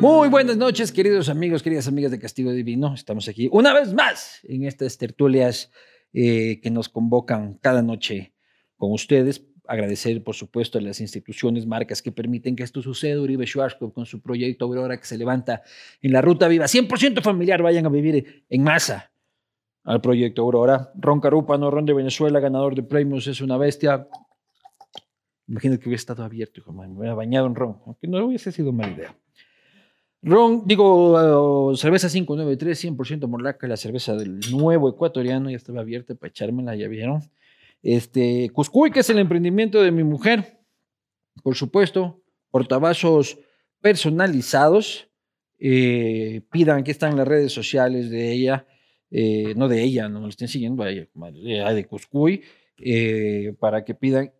Muy buenas noches, queridos amigos, queridas amigas de Castigo Divino. Estamos aquí una vez más en estas tertulias eh, que nos convocan cada noche con ustedes. Agradecer, por supuesto, a las instituciones, marcas que permiten que esto suceda. Uribe Schwarzkopf con su proyecto Aurora que se levanta en la ruta viva. 100% familiar, vayan a vivir en masa al proyecto Aurora. Ron Carúpano, Ron de Venezuela, ganador de premios, es una bestia. Imagínate que hubiera estado abierto, hijo, man, me hubiera bañado en ron, aunque no hubiese sido mala idea. Ron, digo, eh, cerveza 593, 100% morlaca, la cerveza del nuevo ecuatoriano, ya estaba abierta para echármela, ya vieron. Este, Cuscuy, que es el emprendimiento de mi mujer, por supuesto, portavasos personalizados, eh, pidan que están las redes sociales de ella, eh, no de ella, no lo estén siguiendo, a ella, madre, a de Cuscuy, eh, para que pidan.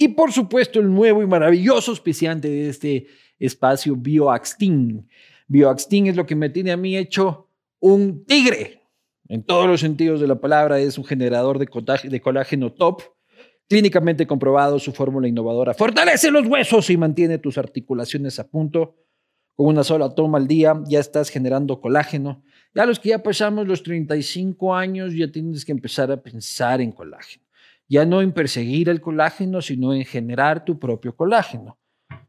Y por supuesto, el nuevo y maravilloso auspiciante de este espacio, Bioaxtin. Bioaxtin es lo que me tiene a mí hecho un tigre, en todos los sentidos de la palabra, es un generador de, contag- de colágeno top. Clínicamente comprobado su fórmula innovadora. Fortalece los huesos y mantiene tus articulaciones a punto. Con una sola toma al día ya estás generando colágeno. Ya los que ya pasamos los 35 años ya tienes que empezar a pensar en colágeno. Ya no en perseguir el colágeno, sino en generar tu propio colágeno.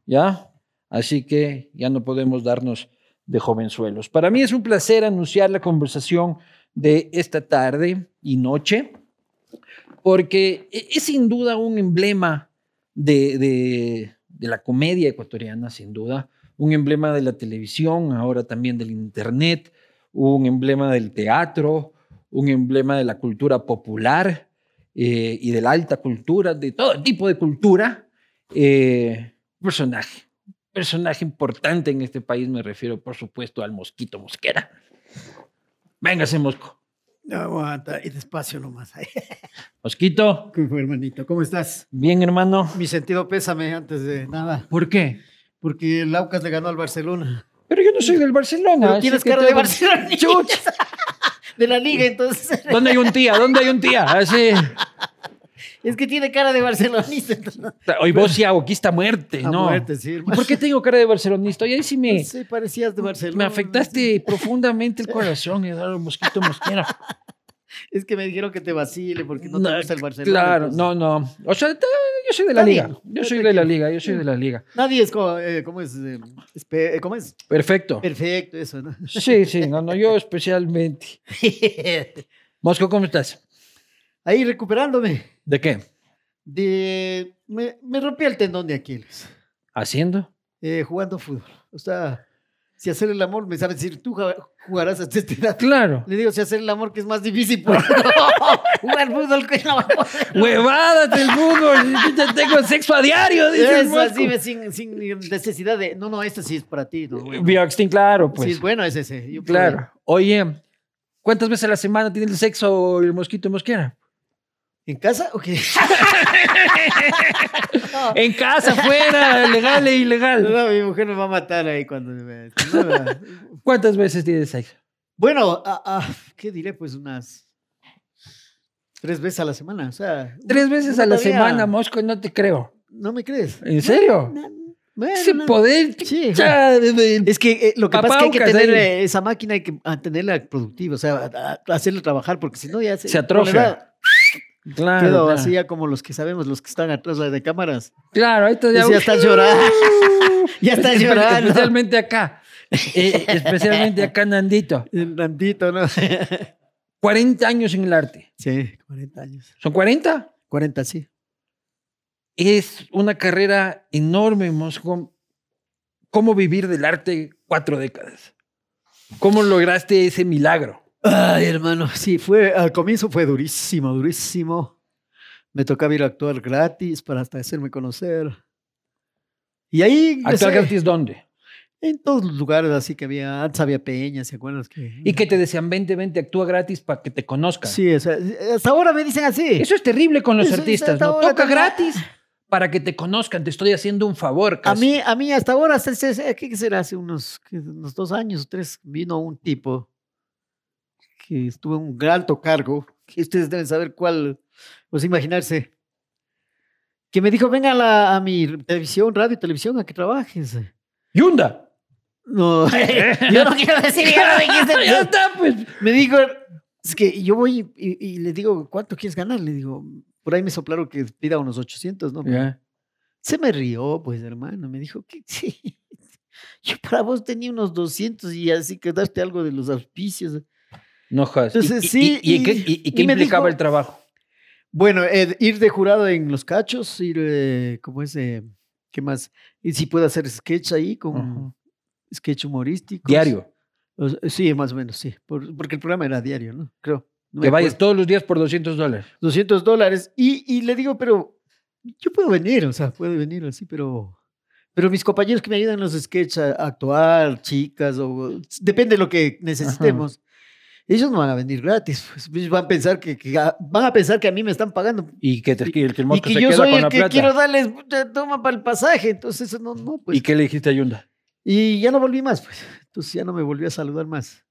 ¿Ya? Así que ya no podemos darnos de jovenzuelos. Para mí es un placer anunciar la conversación de esta tarde y noche, porque e-, es sin duda un emblema de, de- de la comedia ecuatoriana, sin duda, un emblema de la televisión, ahora también del Internet, un emblema del teatro, un emblema de la cultura popular eh, y de la alta cultura, de todo tipo de cultura, eh, personaje. Personaje importante en este país, me refiero, por supuesto, al Mosquito Mosquera. Véngase, Mosco. No, Aguanta, y despacio nomás. Mosquito, ¿Cómo fue, hermanito? ¿Cómo estás? bien hermano. Mi sentido pésame antes de nada, ¿Por qué? porque el Aucas le ganó al Barcelona. Pero yo no soy del Barcelona. Pero así tienes Ah, que cara de tengo- Barcelona. Chuch, De la liga, entonces. ¿Dónde hay un tía? ¿Dónde hay un tía? Ah, Así. Es que tiene cara de barcelonista. entonces. Hoy vos sí aboquista muerte, A Eh, ¿no? muerte, sí, ¿Y por qué tengo cara de barcelonista? Oye, ahí sí me, Sí, parecías de Barcelona. me afectaste profundamente el corazón, Eduardo Mosquito Mosquera. Es que me dijeron que te vacile porque no, te No, gusta el Barcelona. Claro, entonces. no, no. O sea, te- yo soy de la Está liga. bien, Yo está soy de la tranquilo. Mm. liga, yo soy de la liga. Nadie es como, eh, ¿cómo es? Eh, espe- eh, ¿Cómo es? Perfecto. Perfecto, eso, ¿no? Sí, sí, no, no, yo especialmente. Mosco, ¿cómo estás? Ahí recuperándome. ¿De qué? De, me, me rompí el tendón de Aquiles. ¿Haciendo? eh, jugando fútbol. O sea, si hacer el amor, me sabe decir, tú ja- jugarás hasta esta edad. Claro. Le digo, si hacer el amor, que es más difícil, pues. jugar fútbol que no vamos a Huevadas del fútbol, yo tengo sexo a diario, dice el Es Mosco. así, ve, sin, sin necesidad de. No, no, esto sí es para ti. No, bueno. Bioxtin, claro, Sí, pues. es bueno, es ese. Yo probé. claro. Oye, ¿cuántas veces a la semana tiene el sexo el mosquito mosquera? ¿En casa o qué? no, En casa, fuera, legal e ilegal. no, mi mujer me va a matar ahí cuando me vea esto, no, no. ¿Cuántas veces tiene sexo? Bueno, ah, ah, ¿qué diré? Pues unas. Tres veces a la semana. O sea. Tres veces a la Todavía. semana, Mosco, no te creo. ¿No me crees? ¿En serio? Bueno, Ese no, no. poder. Sí. chucha, de- de- Es que eh, lo que Papá pasa es que hay que Aucas, tener ahí. eh, esa máquina, hay que mantenerla productiva, o sea, a- a- hacerla trabajar, porque si no ya se, Se atrofia. Ah, con la edad, Claro, Quedo claro. así ya como los que sabemos, los que están atrás de cámaras. Claro, ahí está ya. Sí, ya estás llorando. Ya estás Espe- llorando. Especialmente acá. Eh, especialmente acá, Nandito. El Nandito, ¿no? 40 años en el arte. sí, 40 años. ¿Son 40? 40, sí. Es una carrera enorme, Mosco. ¿Cómo vivir del arte cuatro décadas? ¿Cómo lograste ese milagro? Ay, hermano, sí, fue, al comienzo fue durísimo, durísimo. Me tocaba ir a actuar gratis para hasta hacerme conocer. Y ahí ¿Actuar ingresé gratis dónde? en todos los lugares, así que había, antes había peñas, ¿se acuerdan? Que, Y que te decían, vente, vente, actúa gratis para que te conozcan. Sí, o sea, hasta ahora me dicen así. Eso es terrible con los Eso- eso artistas, hasta ¿no? ahora Toca tengo- gratis para que te conozcan, te estoy haciendo un favor. A casi. mí, a mí hasta ahora, se- se- se- ¿qué será? Hace unos, ¿qué? unos dos años o tres, vino un tipo que estuvo en un gran alto cargo que ustedes deben saber cuál, pues imaginarse, que me dijo, venga a, la- a mi televisión, radio y televisión a que trabajes. ¡Yunda! No, yo no quiero decir, yo no dijiste ya nada. está, pues. Me dijo, es que yo voy y, y le digo, ¿cuánto quieres ganar? Le digo, por ahí me soplaron que pida unos 800, ¿no? Ya. Se me rió, pues, hermano. Me dijo que sí. Yo para vos tenía unos 200 y así quedaste algo de los auspicios. No jodas. Entonces, ¿Y- y- sí, ¿Y, y, y- qué, y- y qué y me implicaba dijo- el trabajo? Bueno, eh, ir de jurado en los cachos, ir, eh, ¿cómo es? eh, ¿Qué más? Y si puedo hacer sketch ahí con Ajá. sketch humorístico. Diario. Sí, más o menos, sí. Por- porque el programa era diario, ¿no? Creo. pues, No me que vayas acuerdo. todos los días por 200 dólares. 200 dólares. Y, y le digo, pero yo puedo venir, o sea, puedo venir así, pero... Pero mis compañeros que me ayudan en los sketches a a actuar, chicas, o depende de lo que necesitemos. Ellos no van a venir gratis, pues, ellos van a pensar que, que a- van a pensar que a mí me están pagando Y que, te, que el, que el y moto que se yo queda soy con el la que plata. quiero darles puta, toma para el pasaje, entonces eso no, no pues. ¿Y qué le dijiste a Yunda? Y ya no volví más, pues. Entonces ya no me volví a saludar más.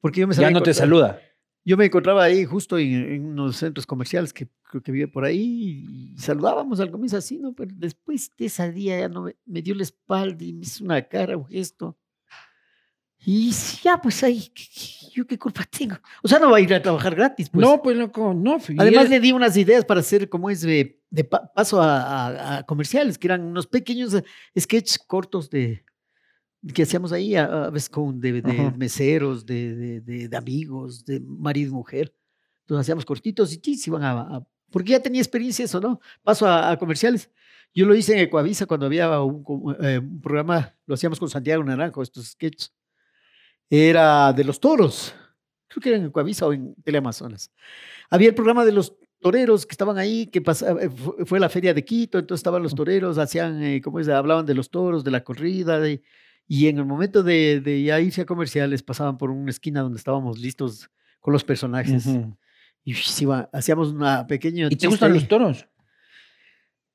Porque yo me Ya sabía no te encontrar- saluda. Yo me encontraba ahí justo en, en unos centros comerciales que creo que vivía por ahí y saludábamos al comienzo así, ¿no? Pero después de ese día ya no me, me dio la espalda y me hizo una cara, un gesto. Y sí, ya, pues ahí, ¿qué- qué- ¿yo qué culpa tengo? O sea, no va a ir a trabajar gratis, pues. no, pues loco, no. y Además él- le di unas ideas para hacer como es de, de pa- paso a, a- a comerciales, que eran unos pequeños eh, sketches cortos de que hacíamos ahí a, a veces con de, de Ajá. meseros, de, de- de- de amigos, de marido y mujer. Entonces hacíamos cortitos y sí, se iban a, a- porque ya tenía experiencia eso, ¿no? Paso a, a comerciales. Yo lo hice en Ecuavisa cuando había un, co- eh, un programa, lo hacíamos con Santiago Naranjo, estos sketches. Era de los toros. Creo que era en Ecuavisa o en Teleamazonas había el programa de los toreros que estaban ahí, que pasaba, eh, fu- fue la feria de Quito, entonces estaban los toreros, hacían, eh, ¿cómo es? Hablaban de los toros, de la corrida, de- y en el momento de, de ya irse a comerciales pasaban por una esquina donde estábamos listos con los personajes. Ujú. Y uy, se iba- hacíamos una pequeña... ¿Y te gustan los toros?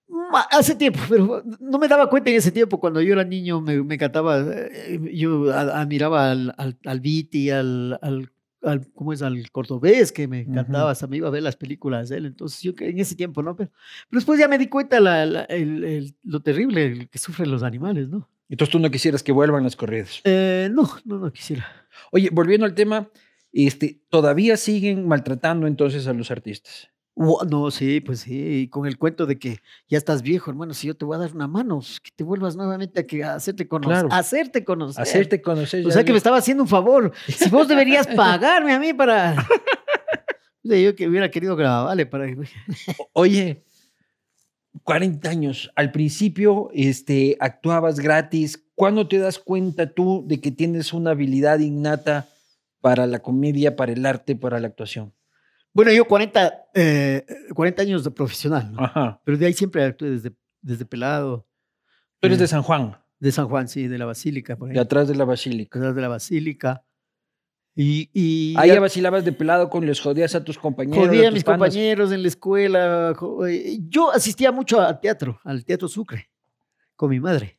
Ma- Hace tiempo, pero no me daba cuenta en ese tiempo. Cuando yo era niño, me, me encantaba. eh, Yo a- admiraba al, al, al Viti, al, al, al- ¿Cómo es? Al Cordobés, que me encantaba. Ujú. Hasta me iba a ver las películas de él. Entonces, yo que- en ese tiempo, ¿no? Pero, pero después ya me di cuenta la- la- el- el- lo terrible que sufren los animales, ¿no? Entonces tú no quisieras que vuelvan las corridas. Eh, no, no, no quisiera. Oye, volviendo al tema, este, todavía siguen maltratando entonces a los artistas. Ua- No, sí, pues sí, y con el cuento de que ya estás viejo, hermano, si yo te voy a dar una mano, que te vuelvas nuevamente a, que, a hacerte conocer. Claro. Hacerte conocer. Hacerte conocer. O ya sea pues, que ves. me estaba haciendo un favor. Si vos deberías pagarme a mí para. O sea, yo que hubiera querido grabarle para. Oye, 40 años. Al principio este, actuabas gratis. ¿Cuándo te das cuenta tú de que tienes una habilidad innata para la comedia, para el arte, para la actuación? Bueno, yo 40, eh, 40 años de profesional, ¿no? Ajá. pero de ahí siempre actué desde, desde pelado. Tú eres Eh, de San Juan, de San Juan, sí, de la Basílica, por ahí. de atrás de la basílica. Cosas de la Basílica. Y, y Ahí ya ya vacilabas de pelado con los jodías a tus compañeros. jodía a tus mis panas. compañeros en la escuela. jo- eh, Yo asistía mucho al teatro, al Teatro Sucre, con mi madre.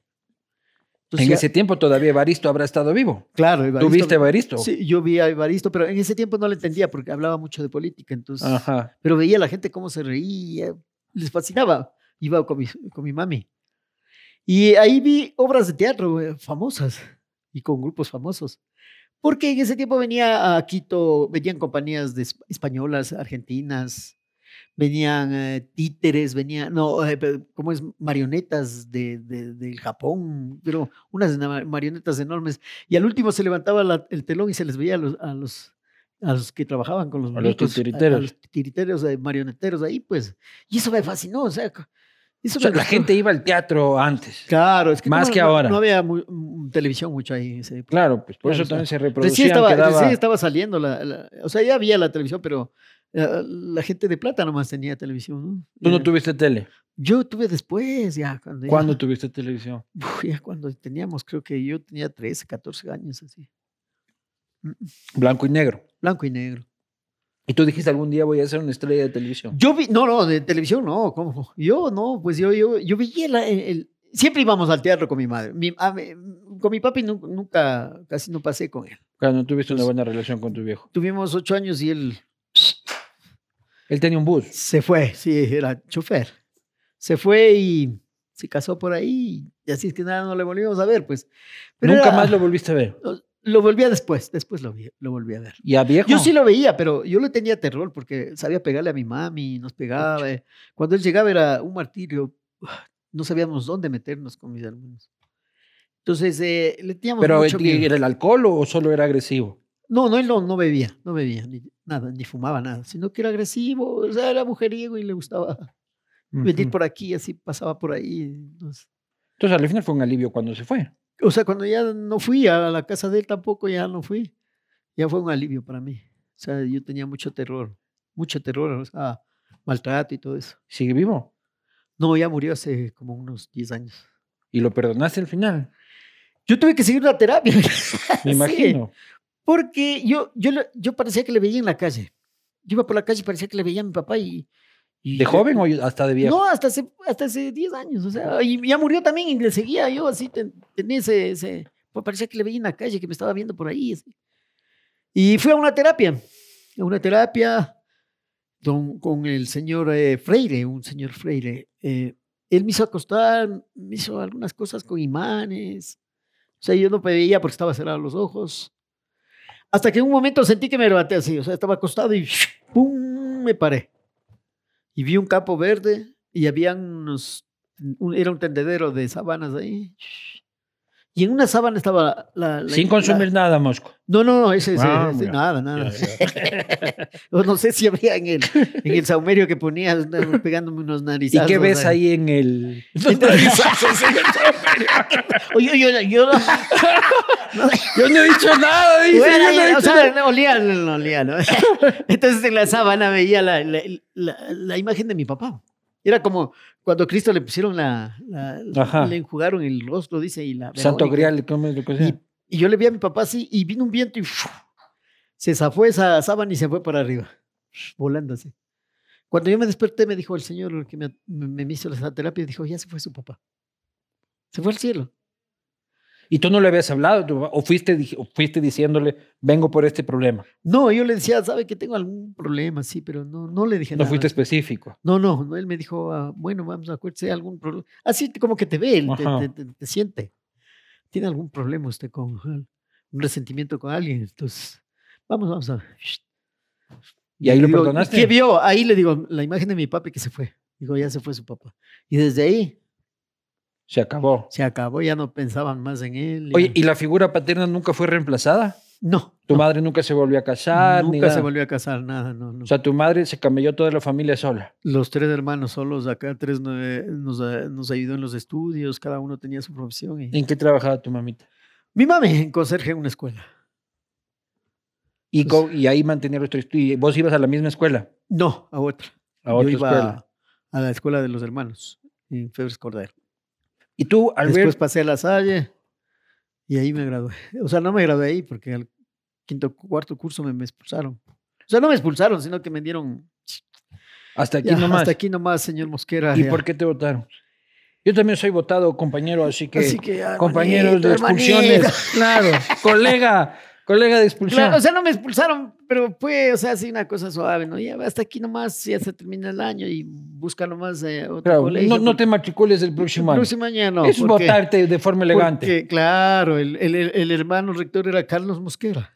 Entonces, En pues ya- ese tiempo todavía Evaristo habrá estado vivo. claro, ¿Tú Evaristo- viste a Evaristo? Sí, yo vi a Evaristo, pero en ese tiempo no lo entendía porque hablaba mucho de política, entonces. Ajá. Pero veía a la gente cómo se reía, les fascinaba. Iba con mi, con mi mami. Y ahí vi obras de teatro eh, famosas y con grupos famosos. Porque en ese tiempo venía a Quito, venían compañías de esp- españolas, argentinas, venían eh, títeres, venían, no, eh, pe- ¿cómo es? Marionetas de, de- del Japón, pero unas na- marionetas enormes. Y al último se levantaba la- el telón y se les veía a los, a los, a los que trabajaban con los, A los muñecos, titiriteros. los titiriteros, eh, marioneteros ahí, pues. Y eso me fascinó, o sea, co- eso O sea, me la gustó. gente iba al teatro antes. Claro, es que Más no- que no- ahora. No había mu- mm, televisión mucho ahí en esa época. Claro, pues por eso Claro, o sea, también se Recién reproducían. estaba, quedaba- recién estaba saliendo, la, la- o sea, ya había la televisión, pero eh, la gente de plata nomás tenía televisión. ¿no? Tú no Eh, tuviste tele. Yo tuve después, ya. Cuando ya- ¿Cuándo tuviste televisión? Uf, ya cuando teníamos, creo que yo tenía 13, 14 años, así. Blanco y negro. Blanco y negro. Y tú dijiste algún día voy a ser una estrella de televisión. Yo vi, no, no, de televisión no, ¿cómo? Yo no, pues yo, yo, yo veía la- el, el- Siempre íbamos al teatro con mi madre. Mi- a ver, con mi papi nu- nunca, casi no pasé con él. Claro, no tuviste una Pues- buena relación con tu viejo. Tuvimos ocho años y él Él tenía un bus. Se fue, sí, era chofer. Se fue y se casó por ahí. Y así es que nada, no le volvimos a ver, pues. Pero Nunca era- más lo volviste a ver. Lo volví a después, después lo, vi- lo volví a ver. ¿Y a viejo? Yo sí lo veía, pero yo le tenía terror porque sabía pegarle a mi mami, nos pegaba. eh. Cuando él llegaba era un martirio, no sabíamos dónde meternos con mis hermanos. Entonces, eh, le teníamos ¿Pero mucho él- miedo. era el alcohol o solo era agresivo? No, no, él no, no bebía, no bebía, ni, nada, ni fumaba nada, sino que era agresivo, o sea, era mujeriego y le gustaba venir Ujú. por aquí, así pasaba por ahí. entonces- Entonces al final fue un alivio cuando se fue. o sea, cuando ya no fui a la casa de él tampoco, ya no fui, ya fue un alivio para mí. O sea, yo tenía mucho terror, mucho terror, o sea, maltrato y todo eso. Sigue vivo. No, ya murió hace como unos 10 años. Y lo perdonaste al final. Yo tuve que seguir una terapia. Me Sí. imagino. Porque yo, yo, le- yo parecía que le veía en la calle. Yo iba por la calle y parecía que le veía a mi papá y... y ¿De joven o hasta de viejo? No, hasta hace, hasta hace 10 años. O sea, y ya murió también y le seguía yo así, ten- tenía ese, ese- pues, parecía que le veía en la calle, que me estaba viendo por ahí. así. Y fui a una terapia, a una terapia don- con el señor eh, Freire, un señor Freire. Eh, él me hizo acostar, me hizo algunas cosas con imanes. O sea, yo no veía porque estaba cerrados los ojos. Hasta que en un momento sentí que me levanté así, o sea, estaba acostado y ¡pum! me paré y vi un campo verde y había unos, un- era un tendedero de sábanas ahí. Y en una sábana estaba la... la- Sin la- consumir nada, Mosco. no, no, no, ese, ese- Ah, ese- mira. nada, nada. O no sé si había en el, en el saumerio que ponía andaba pegándome unos ¿Y narizazos. qué ves ahí en el...? Oye, yo, yo, yo, Yo no he dicho nada, dice. Bueno, yo no he ahí, o dicho sea, nada. no, olía, no, no, olía, ¿no? Entonces en la sábana veía la, la- la- la imagen de mi papá. Era como cuando a Cristo le pusieron la, la- Ajá. le enjugaron el rostro, dice, y la Santo Verónica. Grial, ¿cómo es lo que sea? Y, y yo le vi a mi papá así, y vino un viento y ¡fuu! se zafó esa sábana y se fue para arriba, volando así. Cuando yo me desperté, me dijo el señor que me, me, me hizo la terapia, dijo, ya se fue su papá. Se fue al cielo. Y tú no le habías hablado, tú- o fuiste, di- o fuiste diciéndole, vengo por este problema. No, yo le decía, sabe que tengo algún problema, sí, pero no, no le dije No nada. fuiste específico. No, no, no, él me dijo, "Ah, bueno, vamos a acuérdese de algún problema. Así como que te ve, él te, Ajá. te- te- te siente. ¿Tiene algún problema usted con ah, un resentimiento con alguien? Entonces, vamos, vamos a. ¿Y ahí le lo digo, perdonaste? ¿Qué vio? Ahí le digo, la imagen de mi papi que se fue. Digo, ya se fue su papá. Y desde ahí Se acabó. se acabó, ya no pensaban más en él. ya- Oye, ¿y la figura paterna nunca fue reemplazada? no, Tu no, madre nunca se volvió a casar. ni nunca se nada. volvió a casar, nada, no, no. O sea, tu madre se camelló toda la familia sola. Los tres hermanos solos acá, tres no, eh, nos, eh, nos ayudó en los estudios, cada uno tenía su profesión. Y... ¿En qué trabajaba tu mamita? Mi mami en conserje en una escuela. Y, Pues- co- y ahí mantenían los tres. tú ¿Y vos ibas a la misma escuela? No, a otra. A otra Yo iba escuela. A, la escuela de los hermanos, en Febres Cordero. Y tú, al Después ver... pasé a La Salle y ahí me gradué. O sea, no me gradué ahí porque al quinto, cuarto curso me, me expulsaron. O sea, no me expulsaron, sino que me dieron Hasta aquí "Ya, nomás. hasta aquí nomás, señor Mosquera. ¿Y ya". por qué te votaron? Yo también soy votado, compañero, así que... Así que, ya, compañeros de hermanito, hermanito. expulsiones. Claro, colega, colega de expulsión. Claro, o sea, no me expulsaron, pero fue, o sea, así una cosa suave, ¿no? Ya hasta aquí nomás, ya se termina el año y busca nomás eh, otro Claro, colegio. no, no te porque- matricules el próximo el año. próximo año no. es porque- votarte de forma elegante. Porque, claro, el, el- el- el hermano rector era Carlos Mosquera.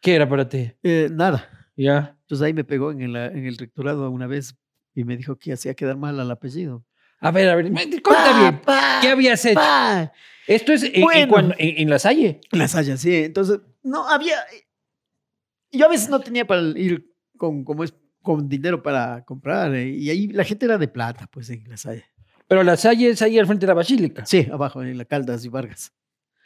¿Qué era para ti? Eh, nada. Ya. Entonces ahí me pegó en el, en el rectorado una vez y me dijo que hacía quedar mal al apellido. A ver, a ver, me- cuenta bien. Pa, ¿Qué habías hecho? pa. Esto es en, en Bueno. cuando- en- en la salle. Las hayas, sí. Entonces, no había. eh, Yo a veces no tenía para ir con, como es, con dinero para comprar. eh, y ahí la gente era de plata, pues en las hayas. Pero la salle es ahí al frente de la basílica. Sí, abajo, en la Caldas y Vargas.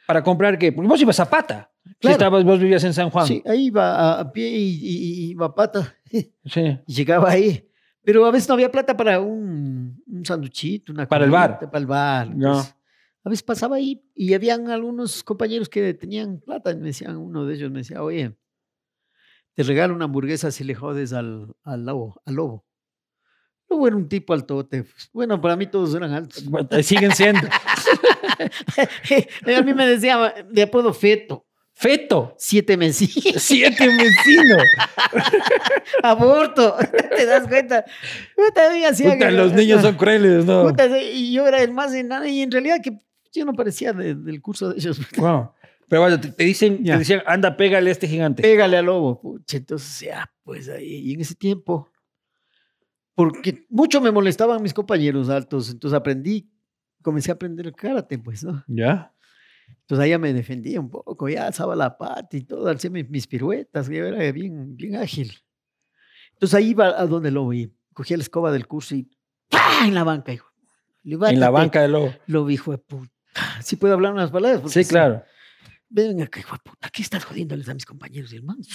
¿Para comprar qué? Porque vos ibas a pata. Si Claro. estabas, vos vivías en San Juan. Sí, Sí. ahí iba a, a pie y, y- y iba a pata. Y llegaba ahí. Pero a veces no había plata para un, un sanduchito, una Para el bar. comidita, Para el bar. Ya. pues. a veces pasaba ahí y habían algunos compañeros que tenían plata. Y me decían, uno de ellos me decía, oye, te regalo una hamburguesa si le jodes al, al lobo. Al lobo. Lobo era un tipo altote. pues. Bueno, para mí todos eran altos. Siguen Eh, siendo. a mí me decía de apodo Feto. Feto. Siete meses. Siete vecinos. Aborto. ¿Te das cuenta? Puta, a mí hacía Puta, que- los niños son crueles, ¿no? Puta, sí, y yo era el más enano y en realidad que yo no parecía de- del curso de ellos. Wow. Pero bueno, te, te dicen, Ya. te decían, anda, pégale a este gigante. Pégale al lobo. Pucha, entonces, ya, pues ahí, y en ese tiempo, porque mucho me molestaban mis compañeros altos, entonces aprendí, comencé a aprender karate, pues, ¿no? ¿Ya? Entonces ahí ya me defendía un poco, ya alzaba la pata y todo, hacía mis, mis piruetas, yo era bien, bien ágil. Entonces ahí iba a donde el lobo y cogía la escoba del curso y ¡pah! en la banca, hijo. En la Levántate, banca de lobo. Lobo, hijo de puta. Sí puedo hablar unas palabras. Porque Sí, claro. Ven acá, hijo de puta, ¿qué estás jodiéndoles a mis compañeros y hermanos?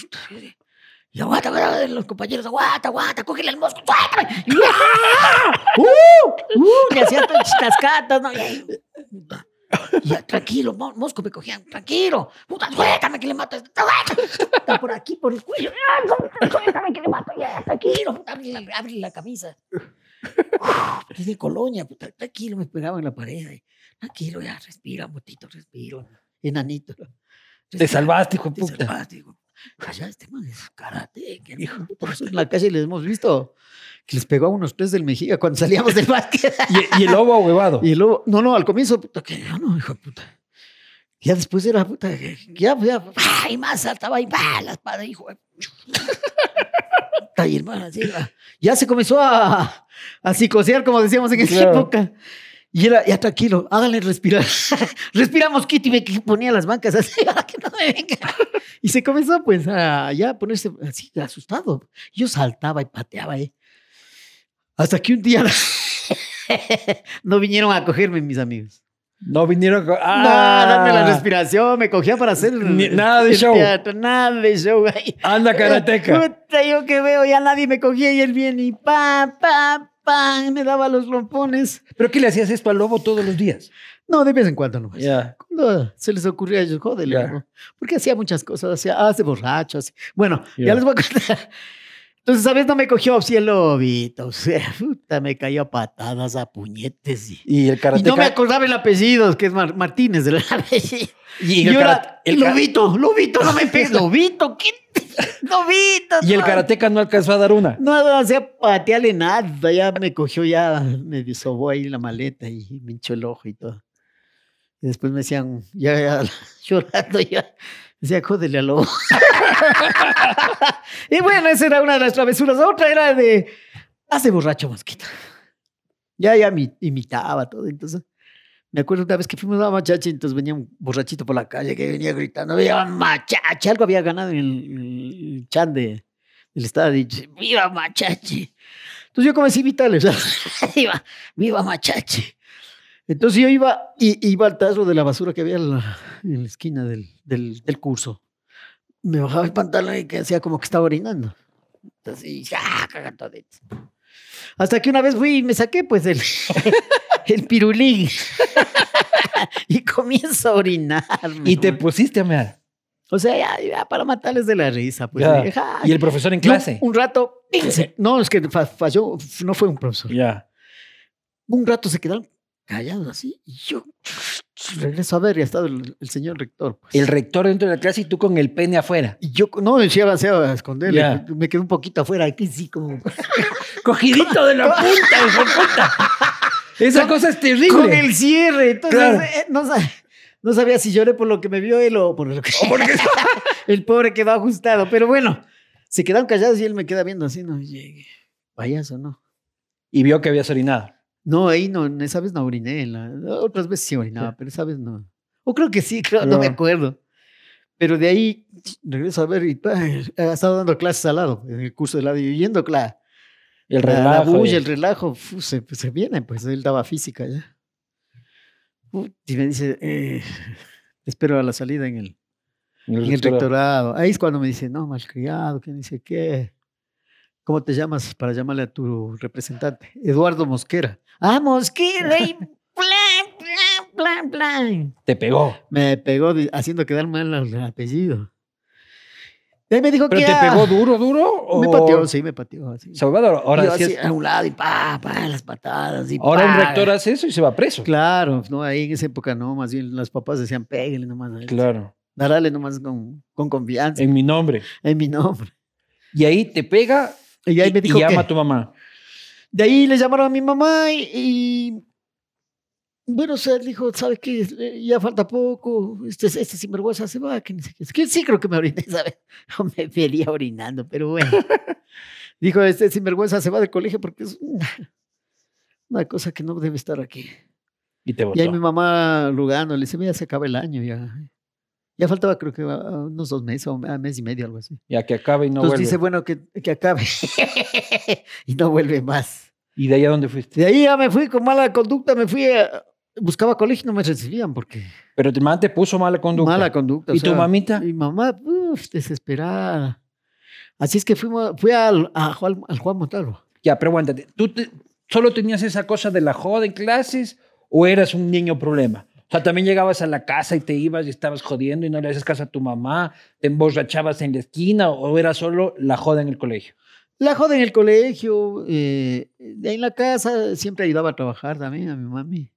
Y aguanta, aguanta, los compañeros, aguanta, aguanta, cógele el mosco, suéltame. Y ¡ah! ¡Uh! ¡Uh! Le hacía tan chascatas, ¿no? Y ahí, puta. Y ya, tranquilo, mo- mosco, me cogían, tranquilo. Puta, suéltame que le mato. a este- suéltame. Está por aquí, por el cuello. ¡Ah! Suéltame que le mato, ya, tranquilo. Puta, abre, la, abre la camisa. Uf, Tiene colonia, puta, tranquilo, me esperaba en la pared. ahí. Tranquilo, ya, respira, motito, respiro. Enanito. Te salvaste, hijo de Te puta. salvaste, hijo. Allá este man es karate, que hijo. Por eso en la calle les hemos visto que les pegó a unos tres del Mejía cuando salíamos del básquet. Y, y el lobo huevado. y luego, no, no, al comienzo, puta, que no, no, hijo de puta. Ya después era puta, que- que ya, ya, ¡ah! y más saltaba y ¡bah! la espada, hijo. de- Puta, y el man así, va. ya se comenzó a, a psicosear, como decíamos en esa Claro. época. Y era, ya tranquilo, háganle respirar. Respiramos, Kitty, ve que ponía las bancas así para que no me venga. Y se comenzó, pues, a ya ponerse así, asustado. Yo saltaba y pateaba, ¿eh? Hasta que un día no vinieron a cogerme mis amigos. No vinieron. con- No, ¡Ah! darme la respiración, me cogía para hacer el- Ni- nada de el show. teatro, nada de show. ahí. Anda, karateca. Puta, yo que veo, ya nadie me cogía y él viene y pa, pa, pa, me daba los rompones. ¿Pero qué le hacías esto al lobo todos los días? No, de vez en cuando nomás. Ya. Cuando se les ocurría a ellos, jódele, Ya. ¿no? porque hacía muchas cosas, hacía, hace borracho, así. Bueno, Ya. ya les voy a contar. Entonces, ¿sabes? No me cogió sí el lobito, o sea, puta, me cayó a patadas, a puñetes. Y, Y el y no me karateca. acordaba el apellido, que es Mar- Martínez del apellido. Y Y el yo era, karate- el ka- lobito, lobito, no me pegues, lobito, ¿qué? Lobito. y el no. karateca no alcanzó a dar una. No, no hacía patearle nada, pues, ya me cogió, ya me disobó ahí la maleta y me hinchó el ojo y todo. Y después me decían, ya, ya, llorando, ya, decía, jódele al lobo. y bueno, esa era una de las travesuras. Otra era de, hace borracho mosquito. Ya, ya me imitaba todo, entonces. Me acuerdo una vez que fuimos a Machachi, entonces venía un borrachito por la calle que venía gritando, ¡Viva Machachi! Algo había ganado en el, el chan de, del estadio. dice, ¡Viva Machachi! Entonces yo comencé a invitarles, iba, ¡Viva Machachi! Entonces yo iba, y, iba al tarro de la basura que había en la, en la esquina del, del, del curso. Me bajaba el pantalón y que hacía como que estaba orinando. Entonces, y, ¡ah! cagando de- Hasta que una vez fui y me saqué pues el, el pirulín. y comienzo a orinar. Y te ¿no? pusiste a mear. O sea, ya, ya para matarles de la risa. Pues, Ya. dije, ¡ah! Y el profesor en Y un- clase. Un, rato, ¡pince! no, es que fa- falló, no fue un profesor Ya. un rato se quedaron callados así y yo regreso a ver y ha estado el, el señor rector. pues. El rector dentro de la clase y tú con el pene afuera. y yo no decía a esconderle, Ya. me quedé un poquito afuera, aquí sí como Cogidito de la punta, hijo de puta. Esa cosa es con terrible. el cierre, entonces Claro. eh, no, sa- no sabía si lloré por lo que me vio él o por lo que O porque- el pobre quedó ajustado, pero bueno, se quedaron callados y él me queda viendo así, no llegue. Payaso, no. Y vio que habías orinado. No, ahí no, en esa vez no oriné. en la- otras veces sí orinaba, Ya. pero esa vez no. O creo que sí, creo, no me Ya. acuerdo. Pero de ahí regreso a ver y ay, ha estado dando clases al lado, en el curso de lado, y yendo la, El la- la relajo. bulla, y- el relajo, fu, se, pues, se viene, pues él daba física ya. Fu, Y me dice, eh, te espero a la salida en el, el en el rector- ah. rectorado. Ahí es cuando me dice, no, malcriado, que dice qué. ¿Cómo te llamas para llamarle a tu representante? Eduardo Mosquera. Ah, Mosquera, y plan, plan, plan, plan. Te pegó. Me pegó di- haciendo quedar mal al apellido. Y ahí me dijo ¿Pero que te ah, pegó duro, duro? O... Me pateó, sí, me pateó. así. Salvador, ahora Y yo sí así es- a un lado y pa, pa, las patadas. Y Ahora un pa. rector hace eso y se va preso. Claro, no, ahí en esa época no, más bien los papás decían, pégale nomás. a él". Claro. Eh. Darale nomás con, con confianza en, en mi nombre. mi nombre. Y ahí te pega Y ahí me dijo llama que- a tu mamá. De ahí le llamaron a mi mamá y, y, bueno, o sea, dijo, ¿sabes qué? Eh, Ya falta poco, este, este sinvergüenza se va, que ni sé qué. Que sí creo que me oriné, ¿sabes? O me vería orinando, pero bueno. dijo, este sinvergüenza se va del colegio porque es una, una cosa que no debe estar aquí. Y te Y ahí mi votó. mamá Lugano le dice, mira, se acaba el año ya. Ya faltaba creo que a- a unos dos meses o a mes y medio, algo así. Ya que acabe y no Entonces vuelve. dice, bueno, que, que acabe. y no vuelve más. ¿Y de ahí a dónde fuiste? De ahí ya me fui con mala conducta, me fui a, buscaba colegio y no me recibían porque Pero tu mamá te puso mala conducta. mala conducta. o ¿Y tu sea, mamita? Mi mamá, uf, desesperada. Así es que fuimos, fui al, a Juan, al Juan Montalvo. Ya, pero aguántate. ¿Tú te- solo tenías esa cosa de la joda en clases o eras un niño problema? O sea, también llegabas a la casa y te ibas y estabas jodiendo y no le hacías caso a tu mamá, te emborrachabas en la esquina o era solo la joda en el colegio. La joda en el colegio, eh, en la casa, siempre ayudaba a trabajar también a mi mami.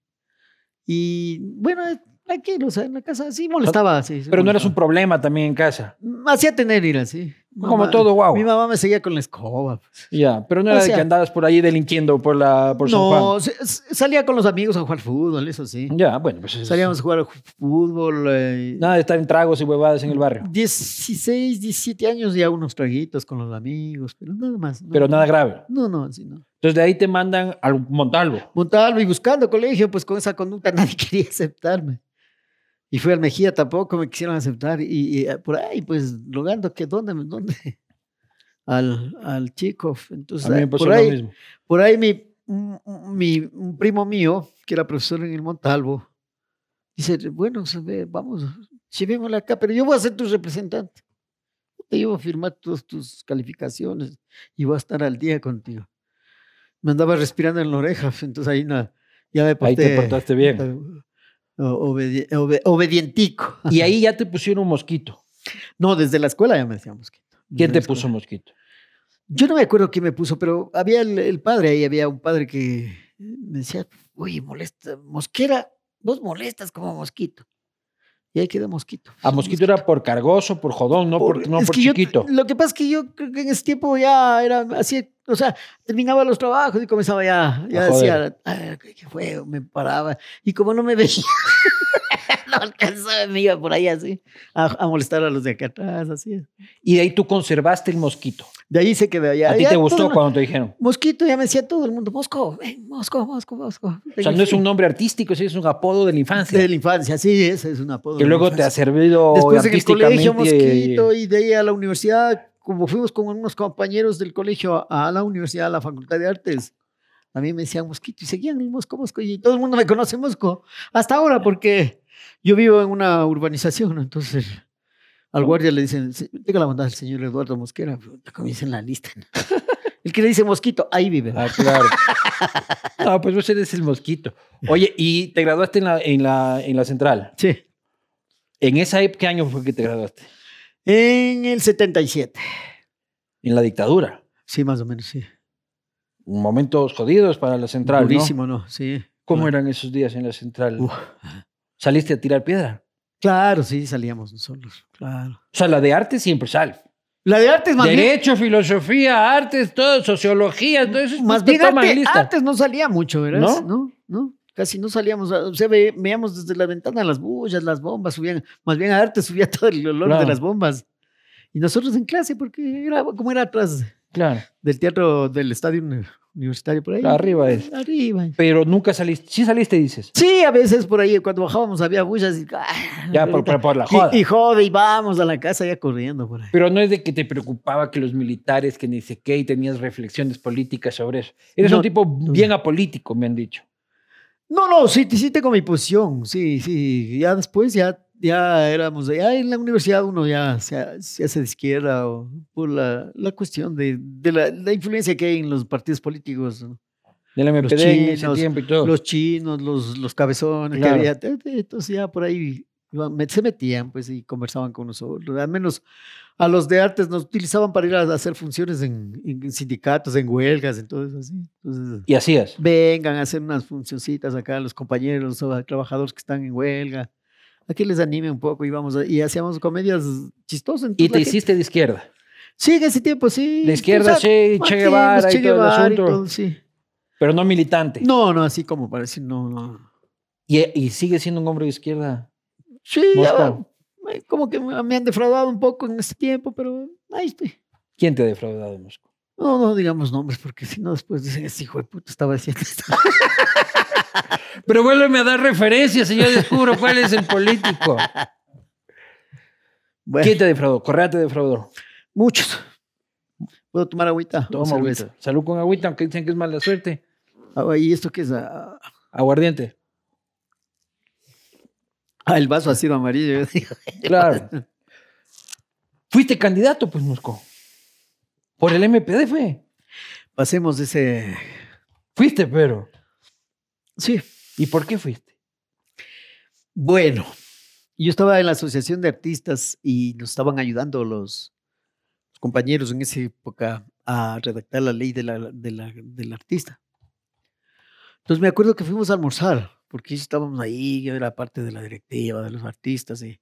Y bueno, eh, tranquilo, o sea, en la casa sí molestaba. sí, sí Pero no eras un molestaba. problema también en casa. Me Hacía tener ira, sí. Como Mamá- todo guau. Mi mamá me seguía con la escoba. pues. Ya, pero no O era de sea- que andabas por ahí delinquiendo por, la, por San No, Juan. se- se- salía con los amigos a jugar fútbol, eso sí. Ya, bueno, pues es- Salíamos a jugar al fútbol. eh, nada de estar en tragos y huevadas en el barrio. 16, 17 años ya unos traguitos con los amigos, pero nada más. no. Pero nada grave. No, no, así no. Entonces de ahí te mandan al Montalvo. Montalvo y buscando colegio, pues con esa conducta nadie quería aceptarme. Y fui al Mejía tampoco, me quisieron aceptar. Y, y, eh, por ahí, pues, rogando que dónde, dónde. Al, al chico. Entonces, A mí me eh, pasó por, lo ahí, mismo. por ahí mi, un- un- mi un primo mío, que era profesor en el Montalvo, dice, bueno, se ve, vamos, llevémosla acá, pero yo voy a ser tu representante. Te llevo a firmar todas tus calificaciones y voy a estar al día contigo. Me andaba respirando en la oreja, entonces ahí na- ya me porté. Ahí te portaste bien. eh, o- obedi- obedi- obedientico. Y ahí ya te pusieron un mosquito. No, desde la escuela ya me decían mosquito. ¿Quién Desde te la escuela. puso mosquito? Yo no me acuerdo quién me puso, pero había el, el padre ahí, había un padre que me decía, oye, molesta, mosquera, vos molestas como mosquito. Y ahí queda mosquito. A Ah, mosquito era por cargoso, por jodón, no por, no es por que yo- chiquito. lo que pasa es que yo creo que en ese tiempo ya era así, o sea, terminaba los trabajos y comenzaba ya, ya A decía, "Ah, ¿qué qué fue? Me paraba. Y como no me veía, no alcanzaba, me iba por ahí así, a, a molestar a los de acá atrás, así. Y de ahí tú conservaste el mosquito. De ahí se quedó ya. ¿A ti ya te todo gustó lo- cuando te dijeron? Mosquito, ya me decía todo el mundo, Mosco, ven, Mosco, Mosco, Mosco. O sea, no es un nombre artístico, sí, es un apodo de la infancia. De la infancia, sí, ese es un apodo. que de la luego te ha infancia. servido Después en el colegio, artísticamente. Mosquito, y de ahí a la universidad, como fuimos con unos compañeros del colegio a a la universidad, a la Facultad de Artes, a mí me decían Mosquito, y seguían el Mosco, Mosco, y todo el mundo me conoce Mosco, hasta ahora, porque yo vivo en una urbanización, entonces... Al guardia le dicen, "Sí, tenga la bondad del señor Eduardo Mosquera, puta, como dice en la lista. ¿no? El que le dice mosquito, ahí vive. Ah, claro. No, pues vos eres el mosquito. Oye, y te graduaste en la, en la, en la central. Sí. ¿En esa época qué año fue que te graduaste? En el 77. En la dictadura. Sí, más o menos, sí. Momentos jodidos para la central, ¿no? Durísimo, ¿no? Sí. ¿Cómo Claro. eran esos días en la central? Uf. ¿Saliste a tirar piedra? Claro, sí, salíamos solos. Claro. O sea, la de arte siempre sale. La de artes más bien. Derecho, filosofía, artes, todo, sociología, todo eso. es Más puta bien toma y arte- lista. artes no salía mucho, ¿verdad? ¿No? ¿No? no, Casi no salíamos. O sea, ve- veíamos desde la ventana las bullas, las bombas, subían. Más bien a arte subía todo el olor Claro. de las bombas. Y nosotros en clase, porque era como era atrás Claro. del teatro del estadio uni- universitario por ahí. Arriba es. Arriba. Pero nunca saliste. Sí saliste, dices. Sí, a veces por ahí, cuando bajábamos había bullas y. ah, Ya por, por- por la joda. Y, y jode, y vamos a la casa ya corriendo por ahí. Pero no es de que te preocupaba que los militares, que ni sé qué, y tenías reflexiones políticas sobre eso. Eres No. un tipo bien apolítico, me han dicho. No, no, sí, sí tengo mi posición, sí, sí. Ya después ya, ya éramos, ya en la universidad uno ya se, se hace de izquierda o por la, la cuestión de, de la, la influencia que hay en los partidos políticos, ¿no? Del MPD en ese chinos, tiempo y todo. los chinos, los, los cabezones Claro. que había. te- te- Entonces ya por ahí iban- me- se metían pues y conversaban con nosotros. Al menos a los de artes nos utilizaban para ir a hacer funciones en, en sindicatos, en huelgas, entonces así. Entonces, Y hacías. vengan a hacer unas funcioncitas acá los compañeros o a trabajadores que están en huelga. a que les anime un poco y, vamos a- y hacíamos comedias chistosas. Y entonces te la gente- hiciste de izquierda. Sí, en ese tiempo, sí. De izquierda, Tú sabes, sí, Che Martín, Guevara Che y todo el Guevara y asunto, todo, sí. pero no militante. No, no, así como para decir, no, no. Y, y sigue siendo un hombre de izquierda. Sí, ya Mosca. va, eh, como que me me han defraudado un poco en ese tiempo, pero ahí estoy. ¿Quién te ha defraudado, Mosco? No, no digamos nombres, porque si no después dicen, ese hijo de puta estaba haciendo esto. Pero vuélveme a dar referencias y yo descubro cuál es el político. Bueno, ¿Quién te defraudó? Correa te defraudó. muchos. ¿Puedo tomar agüita? Toma Cerveza. agüita. Salud con agüita, aunque dicen que es mala suerte. Ah, ¿Y esto qué es? Ah, Aguardiente. ah, el vaso ha sido amarillo. yo digo. Claro. Fuiste candidato, pues, Mosco. Por el MPD fue. Pasemos de ese... Fuiste, pero. Sí. ¿Y por qué fuiste? Bueno, yo estaba en la Asociación de Artistas y nos estaban ayudando los compañeros en esa época a redactar la ley de la- de la- del artista. Entonces me acuerdo que fuimos a almorzar, porque estábamos ahí, yo era parte de la directiva, de los artistas, y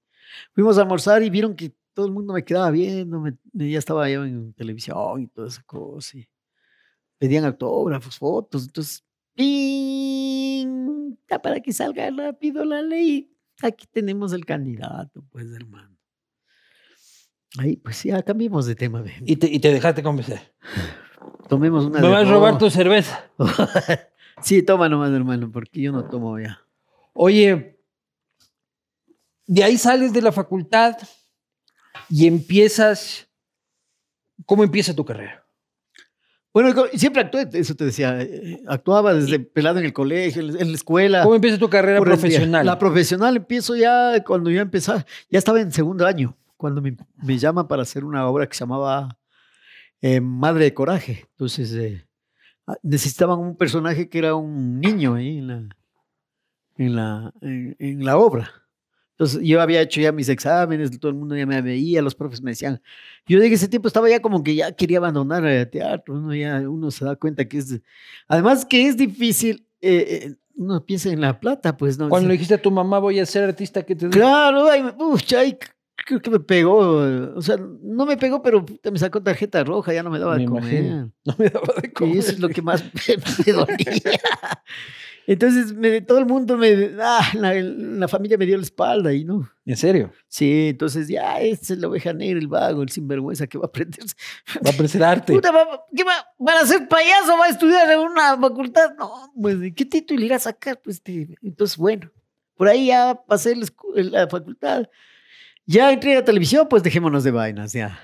fuimos a almorzar y vieron que todo el mundo me quedaba viendo, me- me- ya estaba yo en televisión y toda esa cosa, y pedían autógrafos, fotos, entonces ¡Ping! Ya Para que salga rápido la ley. Aquí tenemos el candidato, pues, hermano. Ahí, pues ya cambiemos de tema. ve. Y te, y te dejaste convencer. Tomemos una Me de vas a robar dos. tu cerveza. sí, toma nomás, hermano, porque yo no tomo ya. Oye, de ahí sales de la facultad y empiezas. ¿Cómo empieza tu carrera? Bueno, y co- y siempre actué, eso te decía. eh, Actuaba desde pelado en el colegio, en la- en la escuela. ¿Cómo empieza tu carrera por el día. profesional? La profesional empiezo ya cuando yo empezaba, ya estaba en segundo año, cuando me, me llaman para hacer una obra que se llamaba eh, Madre de Coraje. Entonces eh, ah, necesitaban un personaje que era un niño ahí en la, en la, en- en la obra. Entonces yo había hecho ya mis exámenes, todo el mundo ya me veía, los profes me decían, yo en ese tiempo estaba ya como que ya quería abandonar el teatro, uno ya uno se da cuenta que es, además que es difícil, eh, eh, uno piensa en la plata, pues no. Cuando le Dice, dijiste a tu mamá, voy a ser artista, ¿qué te dijo? claro, ay, pucha, ay, creo que me pegó, eh, o sea, no me pegó, pero puta, me sacó tarjeta roja, ya no me daba Me de comer. imagino. No me daba de Y comer. eso es lo que más me, me dolía. Entonces, me- todo el mundo me. ah, la, la familia me dio la espalda y no. ¿En serio? Sí, entonces ya, este es la oveja negra, el vago, el sinvergüenza que va a aprender. Va a presentarte. Puta, va- ¿qué va, ¿Van a ser payaso? ¿Va a estudiar en una facultad? No, pues, ¿de ¿qué título irá a sacar? Pues, este, entonces, bueno, por ahí ya pasé la, escu- la facultad. Ya entré a la televisión, pues dejémonos de vainas, ya.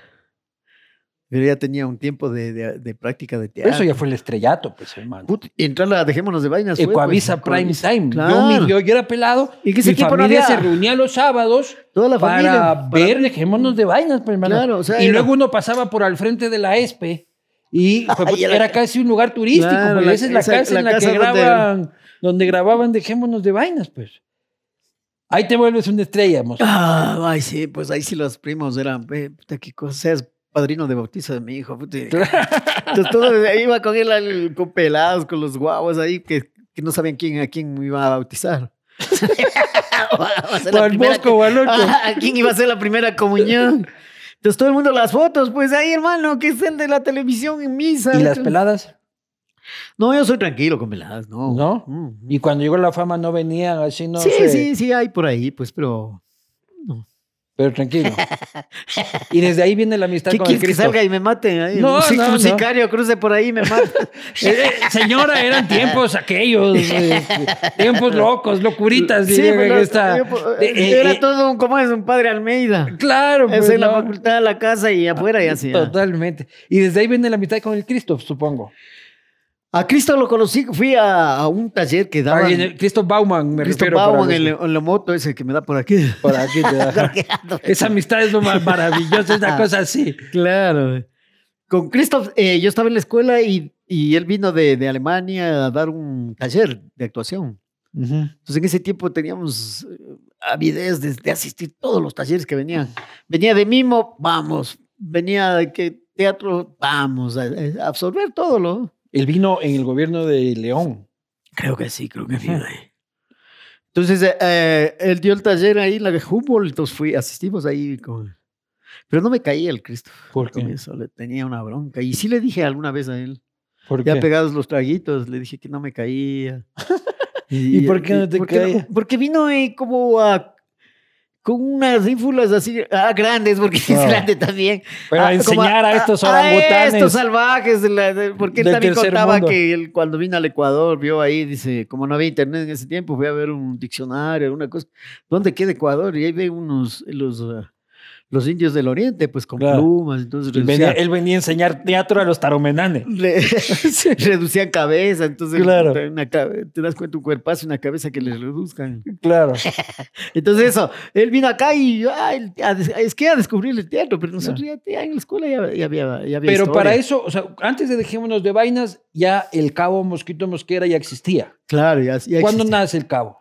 Pero ya tenía un tiempo de, de- de práctica de teatro. Eso ya fue el estrellato, pues, hermano. Puta, entrar a la Dejémonos de Vainas. fue, Ecoavisa pues, Prime Ecoavisa. Time. Claro. Yo, mi- yo- yo era pelado. Y que ese Mi tiempo no familia había- se reunía los sábados Toda la familia. para ver, dejémonos de vainas, pues, hermano. Claro, o sea, y era- luego uno pasaba por al frente de la ESPE y fue- Ay, era- era casi un lugar turístico. Claro, pues, la- esa es la esa- casa la en la, casa que donde- graban, donde grababan Dejémonos de vainas, pues. Ahí te vuelves una estrella, mozo. Ah, ay, sí, pues ahí sí los primos eran, "Ve, puta, qué cosa, seas padrino de bautizo de mi hijo. puta". Entonces todo, ahí iba con él al- con pelados, con los guaguas ahí que, que no sabían quién, a quién iba a bautizar. Va a ser la Al primera Bosco o al Ocho. Ah, ¿A quién iba a ser la primera comunión? Entonces todo el mundo las fotos, pues ahí hermano, que es el de la televisión en misa. ¿Y las peladas? No, yo soy tranquilo con peladas, no. ¿No? Mm. Y cuando llegó la fama no venían así, no sí, sé. sí, sí, hay por ahí, pues, pero... Pero tranquilo. Y desde ahí viene la amistad ¿Qué con el quieres que Cristo. salga y me maten? Ahí? No, un, sic- no, un no. sicario cruce por ahí y me mata. Eh, eh, señora, eran tiempos aquellos, eh, tiempos locos, locuritas. Sí, dirían en pero- esta- yo, pues, de- eh, era eh, todo un, como es un padre Almeida. Claro, Es pues, en la no, facultad, la casa y afuera y así. ya. Totalmente. Y desde ahí viene la mitad con el Cristo, supongo. A Cristo lo conocí, fui a, a un taller que daba Ah, y en el- Cristo Bauman, me Cristo refiero. para Pau en, los- el- en la moto ese que me da por aquí. por aquí te da. Esa amistad es lo más maravilloso, es Ah. una cosa así. Claro. Con Christoph, eh, yo estaba en la escuela y, y él vino de, de Alemania a dar un taller de actuación. Entonces en ese tiempo teníamos eh, avidez de, de asistir todos los talleres que venían. Venía de mimo, vamos. Venía de que teatro, vamos. A, eh, a absorber todo lo. Él vino en el gobierno de León. Creo que sí, creo que sí. Ujú. güey. Entonces, eh, eh, él dio el taller ahí en la de Humboldt, entonces fui, asistimos ahí con... Pero no me caía el Cristo. ¿Por qué? Eso, le tenía una bronca. Y sí le dije alguna vez a él, ¿Por ya qué? pegados los traguitos, le dije que no me caía. ¿Y por qué no te porque caía? porque vino eh, como a- con unas ínfulas así, ah, grandes, porque Wow. es grande también. Para Ah, como enseñar a, estos A orangutanes. estos salvajes, de la- de- porque él Del también tercer contaba mundo. que él, cuando vino al Ecuador, vio ahí, dice, como no había internet en ese tiempo, fui a ver un diccionario, una cosa. ¿Dónde queda Ecuador? Y ahí ve unos, los, ah, los indios del oriente, pues con Claro. plumas, entonces Él venía- reducían, él venía a enseñar teatro a los taromenanes. le- reducían cabeza, entonces Claro. una cabe- te das cuenta un cuerpazo y una cabeza que les reduzcan. Claro. Entonces eso, él vino acá y ah, él- a- es que a descubrir el teatro, pero nosotros ya, ya en la escuela ya, ya había, ya había Pero para eso, historia. o sea, antes de dejémonos de vainas, ya el cabo Mosquito Mosquera ya existía. Claro, ya, ya ¿Cuándo existía. nace el cabo?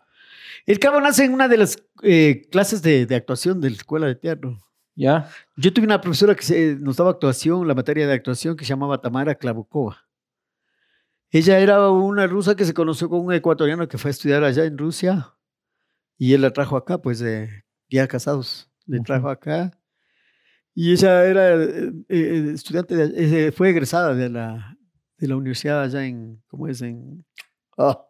El cabo nace en una de las eh, clases de, de actuación de la escuela de teatro. ¿Ya? Yo tuve una profesora que se- eh, nos daba actuación, la materia de actuación, que se llamaba Tamara Klavukova. Ella era una rusa que se conoció con un ecuatoriano que fue a estudiar allá en Rusia y él la trajo acá, pues eh, ya casados, le Ujú. trajo acá. Y ella era eh, eh, estudiante, de- eh, fue egresada de la, de la universidad allá en, ¿cómo es? En, ah,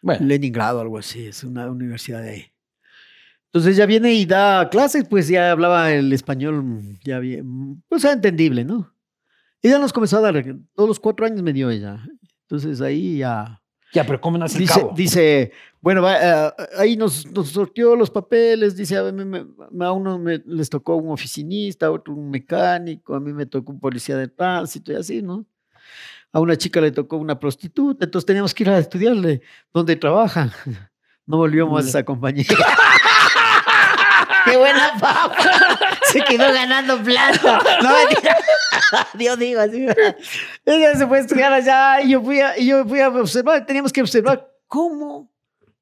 Bueno, Leningrado, algo así, es una universidad de ahí. Entonces ya viene y da clases, pues ya hablaba el español, mm, ya bien, pues era entendible, ¿no? Ella nos comenzó a dar, todos los cuatro años me dio ella. Entonces ahí ya ya, pero ¿cómo nace el Dice, cabo? dice, bueno, va, eh, ahí nos, nos sorteó los papeles, dice, a, mí me- me- a uno me- les tocó un oficinista, a otro un mecánico, a mí me tocó un policía de tránsito y así, ¿no? A una chica le tocó una prostituta, entonces teníamos que ir a estudiarle dónde trabaja. No volvió más a esa compañía. ¡Qué buena papa! Se quedó ganando plata. No, mentira. Dios digo así. Ella se fue a estudiar allá y yo fui a, y yo fui a observar, teníamos que observar cómo,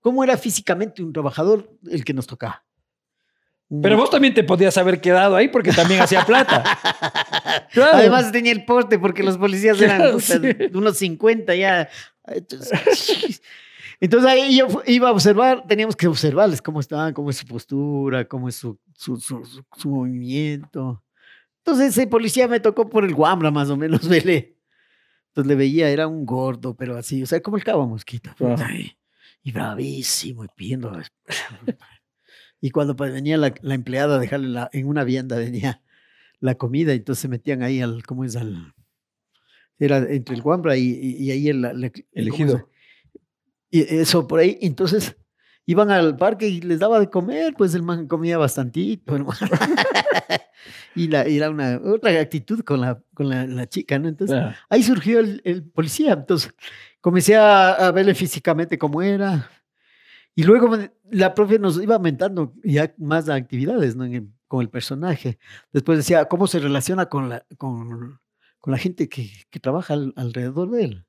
cómo era físicamente un trabajador el que nos tocaba. Pero vos también te podías haber quedado ahí porque también hacía plata. Claro. Además tenía el porte porque los policías eran Claro, puta, sí. de unos 50 ya. Entonces, entonces ahí yo fu- iba a observar, teníamos que observarles cómo estaban, cómo es su postura, cómo es su, su, su- su- su movimiento. Entonces ese policía me tocó por el guambra más o menos, vele. Entonces le veía, era un gordo, pero así, o sea, como el cabo mosquito. Ajá. puta, Y, y bravísimo, y pidiendo. y cuando pues, venía la, la empleada a dejarle la- en una vianda, venía la comida, entonces se metían ahí al, ¿cómo es? Al, era entre el guambra y, y- y ahí el, la- la- El ¿cómo es? ejido. Y eso, por ahí, entonces iban al parque y les daba de comer, pues el man comía bastantito, hermano. y, la, y era una otra actitud con la, con la, la chica, ¿no? Entonces, Claro. ahí surgió el, el policía. Entonces, comencé a, a verle físicamente cómo era. Y luego me- la profe nos iba aumentando ya más actividades ¿no? en el- con el personaje. Después decía cómo se relaciona con la, con, con la gente que, que trabaja al- alrededor de él.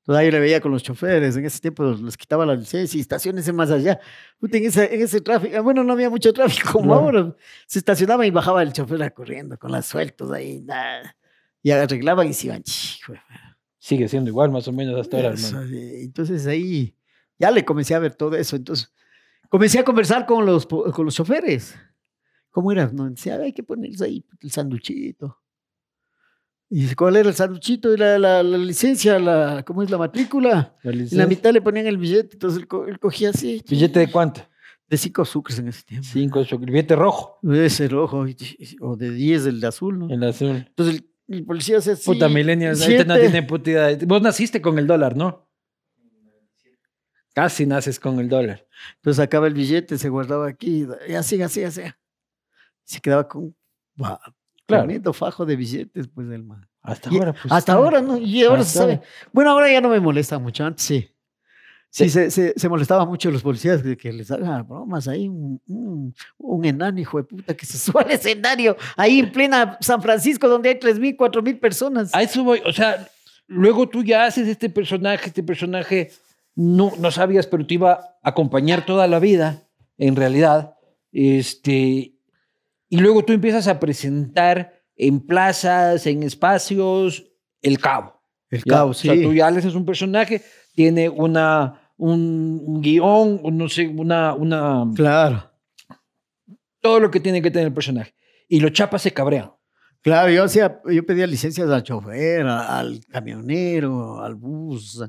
Entonces ahí le veía con los choferes. En ese tiempo les quitaba la licencia y estaciones más allá. Puta, en, ese, en ese tráfico, bueno, no había mucho tráfico como Claro. ahora. Se estacionaba y bajaba el chofer a corriendo con las sueltos ahí. nada. Y arreglaban y se iban. "Chi, jue- Sigue siendo igual, más o menos, hasta ahora, hermano. eso, eh, Entonces ahí ya le comencé a ver todo eso. Entonces comencé a conversar con los, po- con los choferes. ¿Cómo era? No, decía, hay que ponerles ahí el sanduchito. Y dice, ¿cuál era el sanduchito? Y la, la- la licencia, la, ¿cómo es la matrícula? ¿La En la licencia? mitad le ponían el billete, entonces él, co- él cogía así. ¿Billete de cuánto? De cinco sucres en ese tiempo. Cinco, ocho, billete rojo. Ese rojo, y- y- o de 10 el de azul, ¿no? El azul. Entonces el, el policía hace así. Puta millennials, siete. ahorita no tiene puta idea. Vos naciste con el dólar, ¿no? Casi naces con el dólar. Entonces sacaba el billete, se guardaba aquí, y así, así, así. Se quedaba con un Claro. tremendo fajo de billetes, pues, del man. Hasta Y- ahora, pues. Hasta claro. ahora, ¿no? Y ahora Hasta se sabe. ahora. Bueno, ahora ya no me molesta mucho, antes sí. Sí, Sí. Se, se, se molestaba mucho los policías de que les hagan bromas ahí, un, un, un enano, hijo de puta, que se sube al escenario, ahí en plena San Francisco, donde hay 3.000, 4.000 personas. A eso voy. O sea, luego tú ya haces este personaje, este personaje no, no sabías, pero te iba a acompañar toda la vida, en realidad. Este, y luego tú empiezas a presentar en plazas, en espacios, el cabo. El ¿ya? caos, O sea, tú ya le haces un personaje, tiene una, un, un guión, un, no sé, una, una, Claro. todo lo que tiene que tener el personaje. Y los chapas se cabrean. Claro, yo, hacía, yo pedía licencias al chofer, a- al camionero, al bus,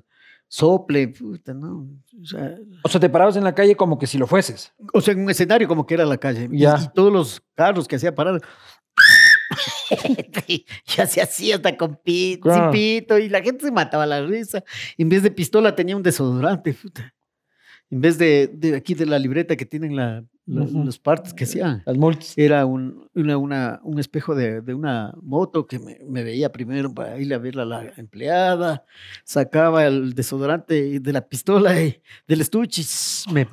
sople, puta, ¿no? O sea, O sea, te parabas en la calle como que si lo fueses. o sea, en un escenario como que era la calle. Y- Ya. Y, todos los carros que hacía parar. ya se hacía hasta con pito, Claro. pito, y la gente se mataba la risa. En vez de pistola tenía un desodorante, puta. En vez de, de aquí de la libreta que tienen la- la- Ujú. las partes que hacían. Las multas. era un, una, una- un espejo de, de una moto que me, me veía primero para ir a ver a la empleada, sacaba el desodorante de la pistola y del estuche, y me,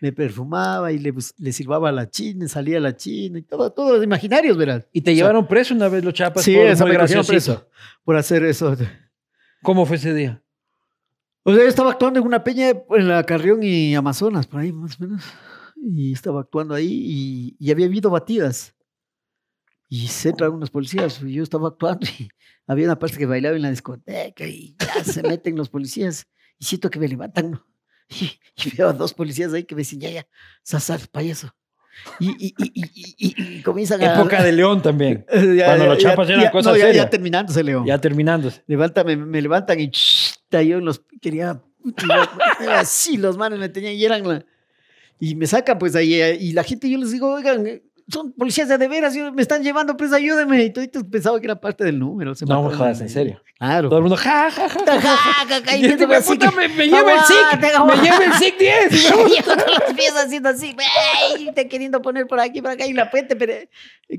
me perfumaba y le, bus- le silbaba a la china, salía a la china y todo, todos imaginarios, ¿verdad? Y te O sea, llevaron preso una vez los chapas. sí, por esa muy me cogieron graciosito. preso por hacer eso. ¿Cómo fue ese día? O sea, yo estaba actuando en una peña en la Carrión y Amazonas, por ahí más o menos. Y estaba actuando ahí y, y había habido batidas. Y se traen unos policías. Y yo estaba actuando y había una parte que bailaba en la discoteca y ya se meten los policías. Y siento que me levantan, ¿no? Y, y veo a dos policías ahí que me dicen, ya, ya, Sazar, payaso. Y, y, y, y, y- y- y comienzan a. Época de León también. Eh, ya, cuando ya, los ya, chapas eran ya, cosa no, ya, seria. ya terminándose, León. Ya terminándose. Levántame, me levantan y yo en los quería así los manes me tenían y eran la- y me sacan pues ahí eh, y la gente yo les digo oigan eh, son policías de de veras yo- me están llevando pues ayúdenme y toditos pensaba que era parte del número se No, mataron jodas, ahí. en serio. Todo claro el mundo, ja, ja, ja. Ja, ja, ja, ja, y Y este yo güey, así puta, que- me, me lleva el SIC. Aguanta, Me lleva el SIC 10. y me voy. y yo con los pies haciendo así, ¡ey! te queriendo poner por aquí, por acá, y la puente, pero eh,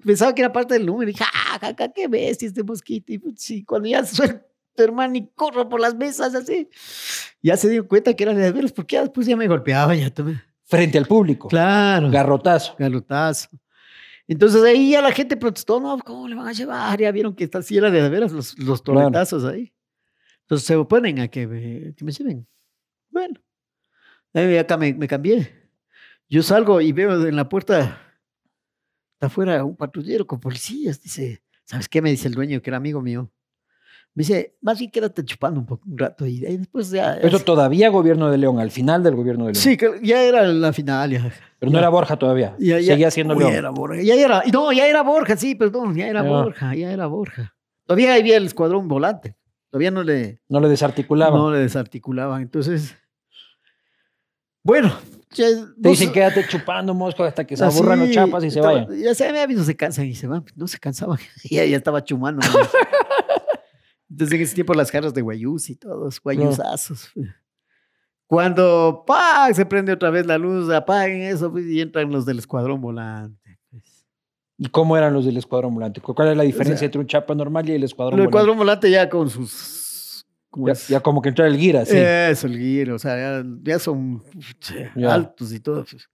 pensaba que era parte del número. Y dije, ¡ah, ja, ja, qué bestia este mosquito! Y pues, sí, cuando ya suelto, hermano, y corro por las mesas así, ya se dio cuenta que era de veras, porque ya después ya me golpeaba, ya tomé. Frente al público. Claro. Garrotazo. Galotazo. Entonces ahí ya la gente protestó, no, ¿cómo le van a llevar? Ya vieron que esta sí era de veras los, los Claro. torretazos ahí. Entonces se oponen a que me, que me lleven. Bueno, ahí acá me, me cambié. Yo salgo y veo en la puerta, está afuera un patrullero con policías. Dice, ¿sabes qué? Me dice el dueño, que era amigo mío. Me dice, más bien quédate chupando un poco, un rato. Y de ahí después ya... Eso todavía gobierno de León, al final del gobierno de León. sí, que ya era la final, ya. Pero no era Borja todavía. Ya, ya. Seguía siendo Uy, León. ya era Borja. Ya era, no, ya era Borja, sí, perdón, ya era Ya. Borja, ya era Borja. Todavía había el escuadrón volante. Todavía no le, No le desarticulaban. no le desarticulaban. Entonces, bueno, ya- Te vos- dicen, quédate chupando mosco hasta que se así aburran los chapas y se Ah, estaba- vayan. Ya se había visto, se cansan y se van. No se cansaban. ya, ya estaba chumando. Entonces, en ese tiempo, las jarras de guayús y todos, guayusazos. pues. Cuando ¡pac! se prende otra vez la luz, apaguen eso pues, y entran los del escuadrón volante. pues. ¿Y cómo eran los del escuadrón volante? ¿Cu- ¿Cuál es la diferencia sea, entre un chapa normal y el escuadrón El pues, volante? cuadro volante ya con sus. ¿cómo Ya, es? ya como que entra el guira, sí. Eso, el guiro, o sea, ya, ya son pucha, Ya. altos y todo. pues.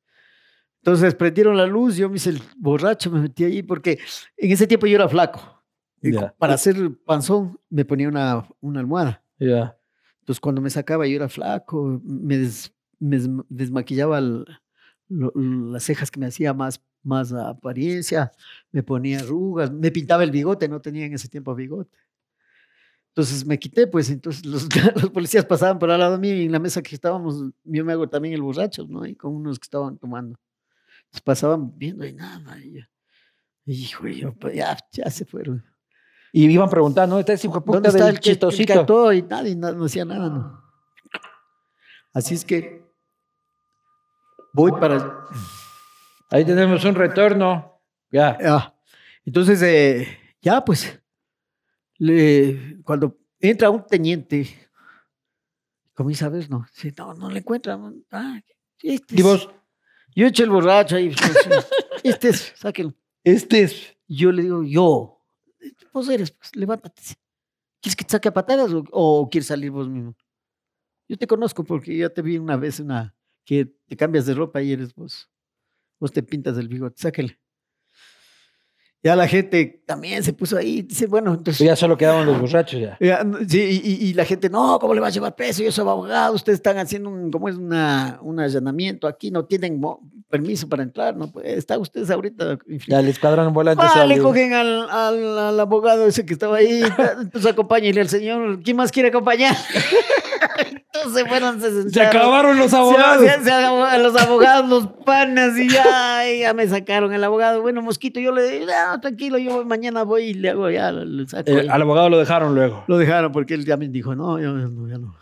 Entonces prendieron la luz, yo me hice el borracho, me metí ahí porque en ese tiempo yo era flaco. Y Ya. Para hacer el panzón me ponía una, una almohada. Ya. Entonces cuando me sacaba yo era flaco, me, des- me des- desmaquillaba el- lo- las cejas que me hacía más, más apariencia, me ponía arrugas, me pintaba el bigote, no tenía en ese tiempo bigote. Entonces me quité, pues entonces los, los policías pasaban por al lado mío y en la mesa que estábamos, yo me hago también el borracho, ¿no? Y con unos que estaban tomando. Entonces pasaban viendo y nada. Y yo, hijo, y yo, pues, ya, ya se fueron. Y iban preguntando, ¿dónde está ese hijo de puta ¿Dónde está del el que, el que chistosito? actuó? Y nadie no, no hacía nada. ¿no? Así es que voy para... Ahí tenemos un retorno. Ya. Ah, entonces, eh, ya pues, le- cuando entra un teniente, comienza a ver, no, Sí, no, no le encuentra. no, ah, este Y es- vos, Yo eché el borracho ahí. pues, este es, sáquenlo. este es. Yo le digo, yo, vos eres, pues, levántate. ¿Quieres que te saque a patadas o, o quieres salir vos mismo? Yo te conozco porque ya te vi una vez una que te cambias de ropa y eres vos. Vos te pintas el bigote, sáquele. Ya la gente también se puso ahí, dice, bueno, entonces... Pues Ya solo quedaban los borrachos ya. Ya, no, sí, y, y- y la gente, no, ¿cómo le va a llevar preso? Yo soy abogado, ustedes están haciendo un, ¿cómo es una, un allanamiento aquí? No tienen mo- permiso para entrar, no puede- están ustedes ahorita Ya el escuadrón volante Ah, sale. le cogen al, al, al pues, abogado ese que estaba ahí. ta- Entonces acompáñenle al señor. ¿Quién más quiere acompañar? se fueron, se Se sentaron. acabaron los Se- abogados. se- se acabó- los abogados, los panas, y ya, ay, ya me sacaron el abogado. Bueno, Mosquito, yo le dije, "No, tranquilo, yo voy- mañana voy y le hago, ya, le saco". Eh, al abogado lo dejaron luego. Lo dejaron porque él también dijo, no, yo no, ya no.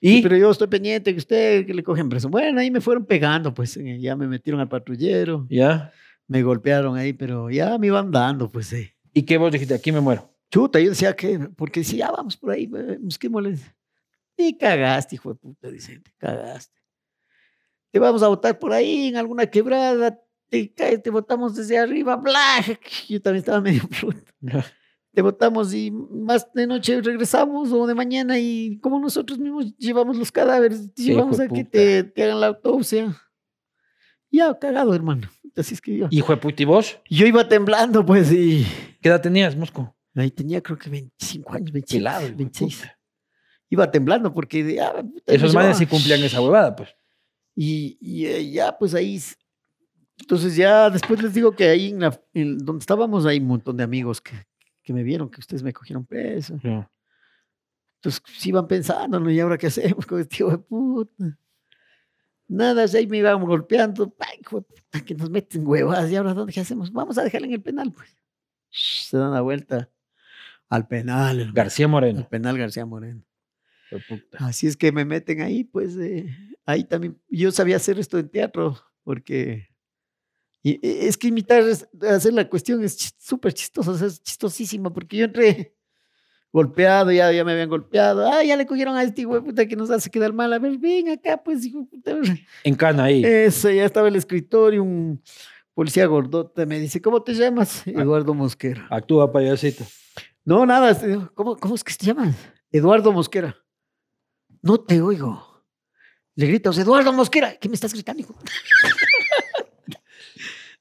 Y Pero yo estoy pendiente que usted que le cogen preso. Bueno, ahí me fueron pegando, pues eh, ya me metieron al patrullero, ya. me golpearon ahí, pero ya me iban dando, pues. eh. ¿Y qué vos dijiste? Aquí me muero. Chuta, yo decía que, porque decía, ya vamos por ahí, eh, busquémosle. Y cagaste, hijo de puta, dice, te cagaste. Te vamos a votar por ahí, en alguna quebrada, te caes, te votamos desde arriba, bla. Yo también estaba medio fruto. Te votamos y más de noche regresamos o de mañana y como nosotros mismos llevamos los cadáveres, te Hijo de llevamos a que puta. te, te hagan la autopsia. Ya, cagado, hermano. Así es que yo. Hijo de puta, ¿y vos? Yo iba temblando, pues, y ¿Qué edad tenías, Mosco? ahí tenía creo que 25 años, 26. Pelado, hijo de 26 puta. iba temblando porque de- ah, puta, Esos manes me llevaba. sí cumplían esa huevada, pues. Y, y, eh, ya, pues ahí. s- Entonces, ya después les digo que ahí en la- en donde estábamos hay un montón de amigos que, que me vieron, que ustedes me cogieron preso. Entonces, pues, sí iban pensando, ¿no? ¿Y ahora qué hacemos con este hijo de puta? Nada, ahí me iban golpeando. pa, hijo de puta, que nos meten huevadas! ¿Y ahora dónde qué hacemos? Vamos a dejarla en el penal, pues. Se dan la vuelta al penal, hermano, García Moreno. al penal García Moreno. hijo de puta. Así es que me meten ahí, pues eh, ahí también. Yo sabía hacer esto en teatro, porque y- e- es que imitar, es- hacer la cuestión es chis- súper chistoso, o sea, es chistosísimo, porque yo entré golpeado, ya, ya me habían golpeado. Ah, ya le cogieron a este güey puta que nos hace quedar mal. A ver, ven acá, pues, hijo de puta. En Cana ahí. Eso, ya estaba el escritor y un policía gordote me dice, ¿cómo te llamas? Eduardo Mosquera. Actúa payasito. No, nada. este, ¿Cómo, cómo es que se llama? Eduardo Mosquera. No te oigo. Le gritas, Eduardo Mosquera, ¿qué me estás gritando, hijo?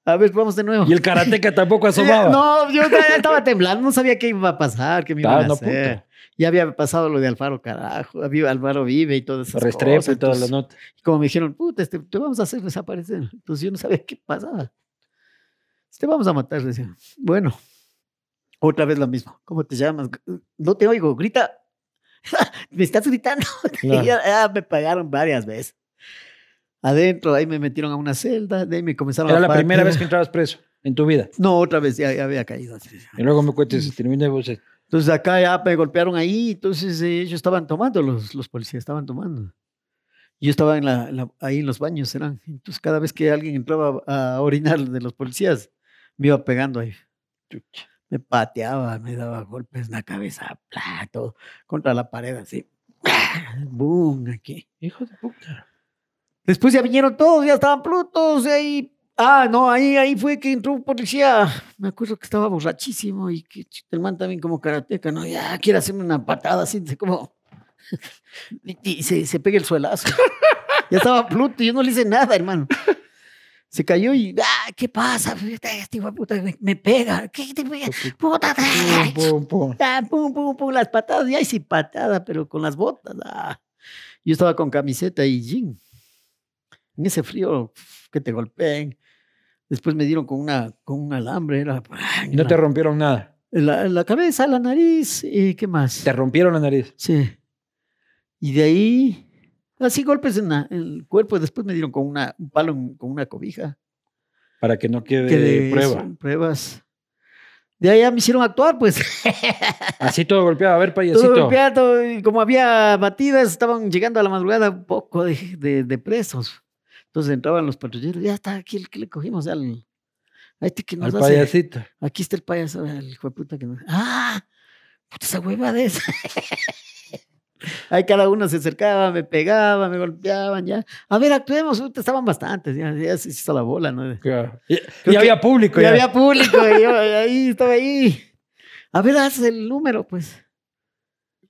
a ver, vamos de nuevo. Y el karateca tampoco asomaba. no, yo todavía estaba temblando, no sabía qué iba a pasar, qué me iba Ah, a no, hacer. puta. Ya había pasado lo de Alfaro, carajo. Había- Alfaro vive y todas esas Restrepo cosas. pues. y todas entonces- las notas. como me dijeron, puta, este, te vamos a hacer desaparecer. Entonces yo no sabía qué pasaba. Te vamos a matar, decían. Bueno, otra vez lo mismo. ¿Cómo te llamas? No te oigo, grita. me estás gritando. Claro. Y ya, ah, me pagaron varias veces. Adentro, ahí me metieron a una celda, de ahí me comenzaron Era a la patear. primera vez que entrabas preso en tu vida. No, otra vez, ya, ya había caído. Y luego me cuentes, termina y vos. eh, Entonces acá ya me golpearon ahí, entonces eh, ellos estaban tomando, los, los policías estaban tomando. Yo estaba en la- en la- ahí en los baños, eran. Entonces cada vez que alguien entraba a orinar de los policías, me iba pegando ahí. chucha. Me pateaba, me daba golpes en la cabeza, pla, todo, contra la pared así. ¡Bum! Aquí. Hijo de puta. Después ya vinieron todos, ya estaban plutos, y ahí. Ah, no, ahí, ahí fue que entró un policía. Me acuerdo que estaba borrachísimo y que chuta, el man también como karateca, ¿no? Ya quiere hacerme una patada así, de como. y- y se, se pega el suelazo. ya estaba pluto y yo no le hice nada, hermano. Se cayó y. ¡Ah, qué pasa! Este hijo de puta me, me pega. ¿Qué te pega? ¡Puta! Pum, pum, pum. Ah, pum, pum, pum, las patadas. Y ahí sí, patada, pero con las botas. ah. Yo estaba con camiseta y jean. En ese frío, que te golpeen. Después me dieron con, una, con un alambre. Era, Y no te rompieron nada. la, la cabeza, la nariz y qué más. Te rompieron la nariz. Sí. Y de ahí, así golpes en, la- en el cuerpo. Después me dieron con una, un palo, en- con una cobija Para que no quede que de prueba. eso, pruebas. De ahí ya me hicieron actuar, pues. Así todo golpeado. A ver, Todo payasito. golpeado, y como había batidas, estaban llegando a la madrugada un poco de, de- de presos. Entonces entraban los patrulleros, ya está, aquí el que le cogimos al. A este que Al nos hace. payasito. Aquí está el payaso, el hijo de puta que nos. ¡Ah! Puta esa hueva de esa. Ahí cada uno se acercaba, me pegaba, me golpeaban, ya. A ver, actuemos, puta, estaban bastantes, ya, ya se hizo la bola, ¿no? Claro. Y, Creo y que- había público. Y ya. había público, y yo ahí estaba ahí. A ver, haz el número, pues.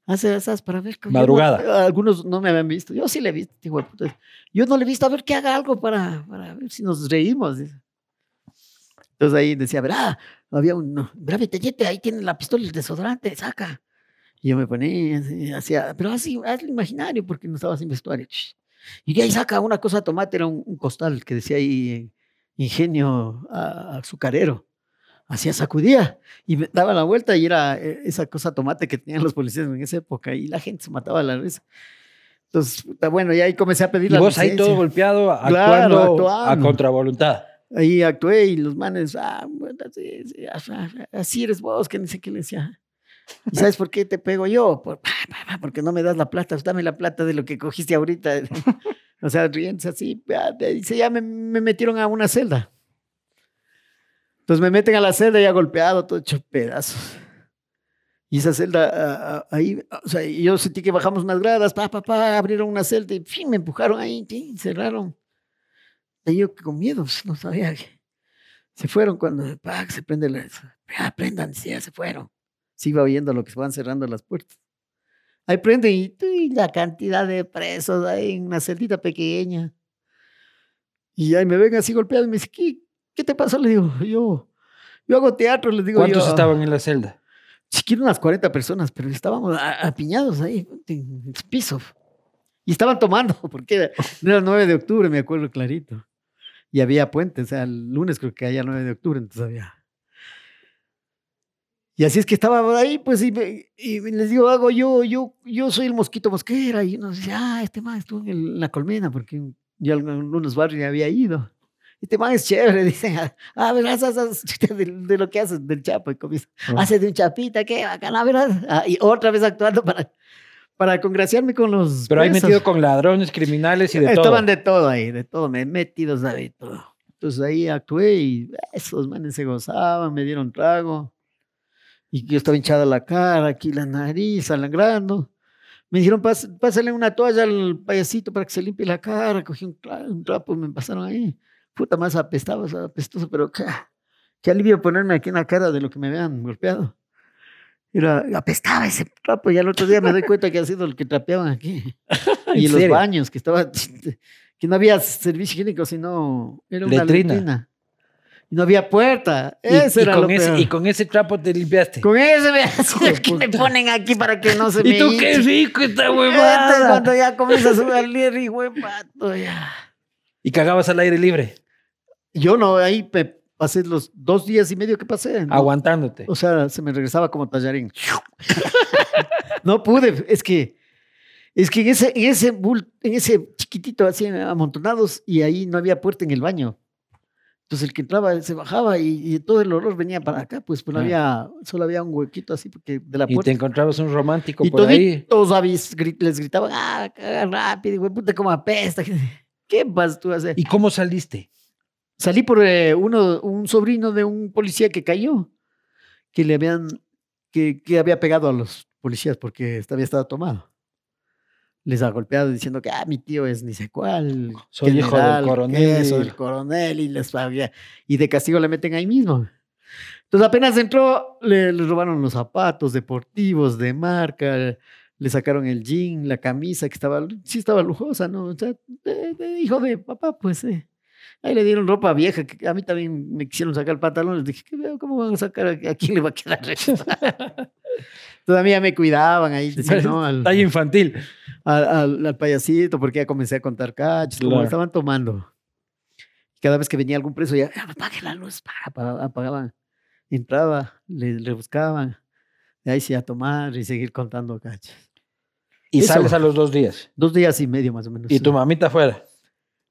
Haz, haz, haz para ver. cómo- Madrugada. algunos no me habían visto. Yo sí le he visto, hijo de puta. Yo no le he visto. A ver que haga algo para, para ver si nos reímos. dice. Entonces ahí decía, verá, había un brave tellete, ahí tiene la pistola, el desodorante, saca. Y yo me ponía, así, hacía, pero así, hazlo imaginario, porque no estaba sin vestuario. Y de ahí saca una cosa a tomate, era un, un costal que decía ahí, eh, ingenio a- azucarero. Hacía sacudía y me daba la vuelta y era eh, esa cosa tomate que tenían los policías en esa época y la gente se mataba a la risa. Entonces, puta, bueno, y ahí comencé a pedir Y la vos ahí licencia. todo golpeado, Claro, actuando a actuando. contravoluntad. Ahí actué y los manes, ah, bueno, sí, sí, ah, ah, ah, así eres vos, que ni sé qué le decía. ¿Y sabes por qué te pego yo? Por- pa, pa, pa, porque no me das la plata, pues, dame la plata de lo que cogiste ahorita. o sea, riéndose así. ah, de- dice, ya me, me metieron a una celda. Entonces me meten a la celda ya golpeado, todo hecho pedazos. Y esa celda, ah, ah, ahí, o sea, y yo sentí que bajamos unas gradas, pa, pa, pa, abrieron una celda y fin, me empujaron ahí, tin, cerraron. Y yo con miedo, pues, no sabía que. Se fueron cuando pa, se prende la. Ah, prendan, sí, ya se fueron. Se iba oyendo lo que se van cerrando las puertas. Ahí prenden y, y la cantidad de presos ahí en una celdita pequeña. Y ahí me ven así golpeado y me dice, ¿qué, qué te pasó? Le digo, yo, yo hago teatro, les digo ¿Cuántos yo. estaban en la celda? siquiera unas 40 personas, pero estábamos a- apiñados ahí en el piso. Y estaban tomando, porque era, era el 9 de octubre, me acuerdo clarito. Y había puente, o sea, el lunes creo que había 9 de octubre, entonces había. Y así es que estaba ahí, pues, y, me- y les digo, hago yo, yo, yo soy el mosquito mosquera. Y uno dice, ah, este man estuvo en, el- en la colmena, porque yo en algunos barrios ya había ido. Este man es chévere, dicen, ah, verás, haz- haz de, de lo que haces, del chapo, y comienza Ah. hace de un chapita, qué bacana, ¿verdad? Ah, y otra vez actuando para, para congraciarme con los. Pero ahí presos. metido con ladrones, criminales y de todo. Estaban de todo ahí, de todo, me metidos de todo. Entonces ahí actué y esos manes se gozaban, me dieron trago. Y yo estaba hinchada la cara, aquí la nariz, sangrando. Me dijeron, "Pas- pásale una toalla al payasito para que se limpie la cara. Cogí un, tra- un trapo, me pasaron ahí. Puta, más apestaba, o sea, apestoso, pero qué, qué alivio ponerme aquí en la cara de lo que me habían golpeado. Era, apestaba ese trapo y al otro día me doy cuenta que ha sido el que trapeaban aquí. Ah, ¿En y en los serio? baños, que estaba, que no había servicio higiénico, sino era una Letrina. letrina. Y no había puerta. Y- Eso y era con lo ese, peor. y con ese trapo te limpiaste. Con ese me hacía que me puta. ponen aquí para que no se me ¿Y tú hinche. qué rico esta Antes, huevada? cuando ya comienzas a jugar Lerry, güey, pato, ya. Y cagabas al aire libre, Yo no, ahí me pasé los dos días y medio que pasé. Ah, ¿no? aguantándote. O sea, se me regresaba como tallarín. no pude, es que, es que en ese, en ese, bul- en ese chiquitito así amontonados y ahí no había puerta en el baño. Entonces el que entraba se bajaba y, y todo el olor venía para acá, pues, pero Ah. había, solo había un huequito así porque de la Y puerta. te encontrabas un romántico Y por ahí. toditos avis- gri- les gritaban, ah, caga rápido, güey, puta, como apesta. ¿Qué vas tú a hacer? ¿Y cómo saliste? Salí por eh, uno, un sobrino de un policía que cayó, que le habían, que, que había pegado a los policías porque est- había estado tomado. Les ha golpeado diciendo que, ah, mi tío es ni sé cuál. Soy hijo del general, coronel". que Soy el coronel y les había- Y de castigo le meten ahí mismo. Entonces apenas entró, le, le robaron los zapatos deportivos de marca, le sacaron el jean, la camisa que estaba, sí estaba lujosa, ¿no? O sea, de- de hijo de papá, pues, eh. Ahí le dieron ropa vieja, que a mí también me quisieron sacar el pantalón. Les dije, ¿qué veo? ¿Cómo van a sacar? ¿A a quién le va a quedar esto? Todavía me cuidaban ahí, decían, no, al, Talla infantil. al- al- al payasito, porque ya comencé a contar cachos, como Claro. estaban tomando. Cada vez que venía algún preso, ya, "Ah, apague la luz, pa", apa- apagaban. Entraba, le, le buscaban. De ahí sí a tomar y seguir contando cachos. Y Eso. sales a los dos días. Dos días y medio más o menos. Y tu mamita afuera.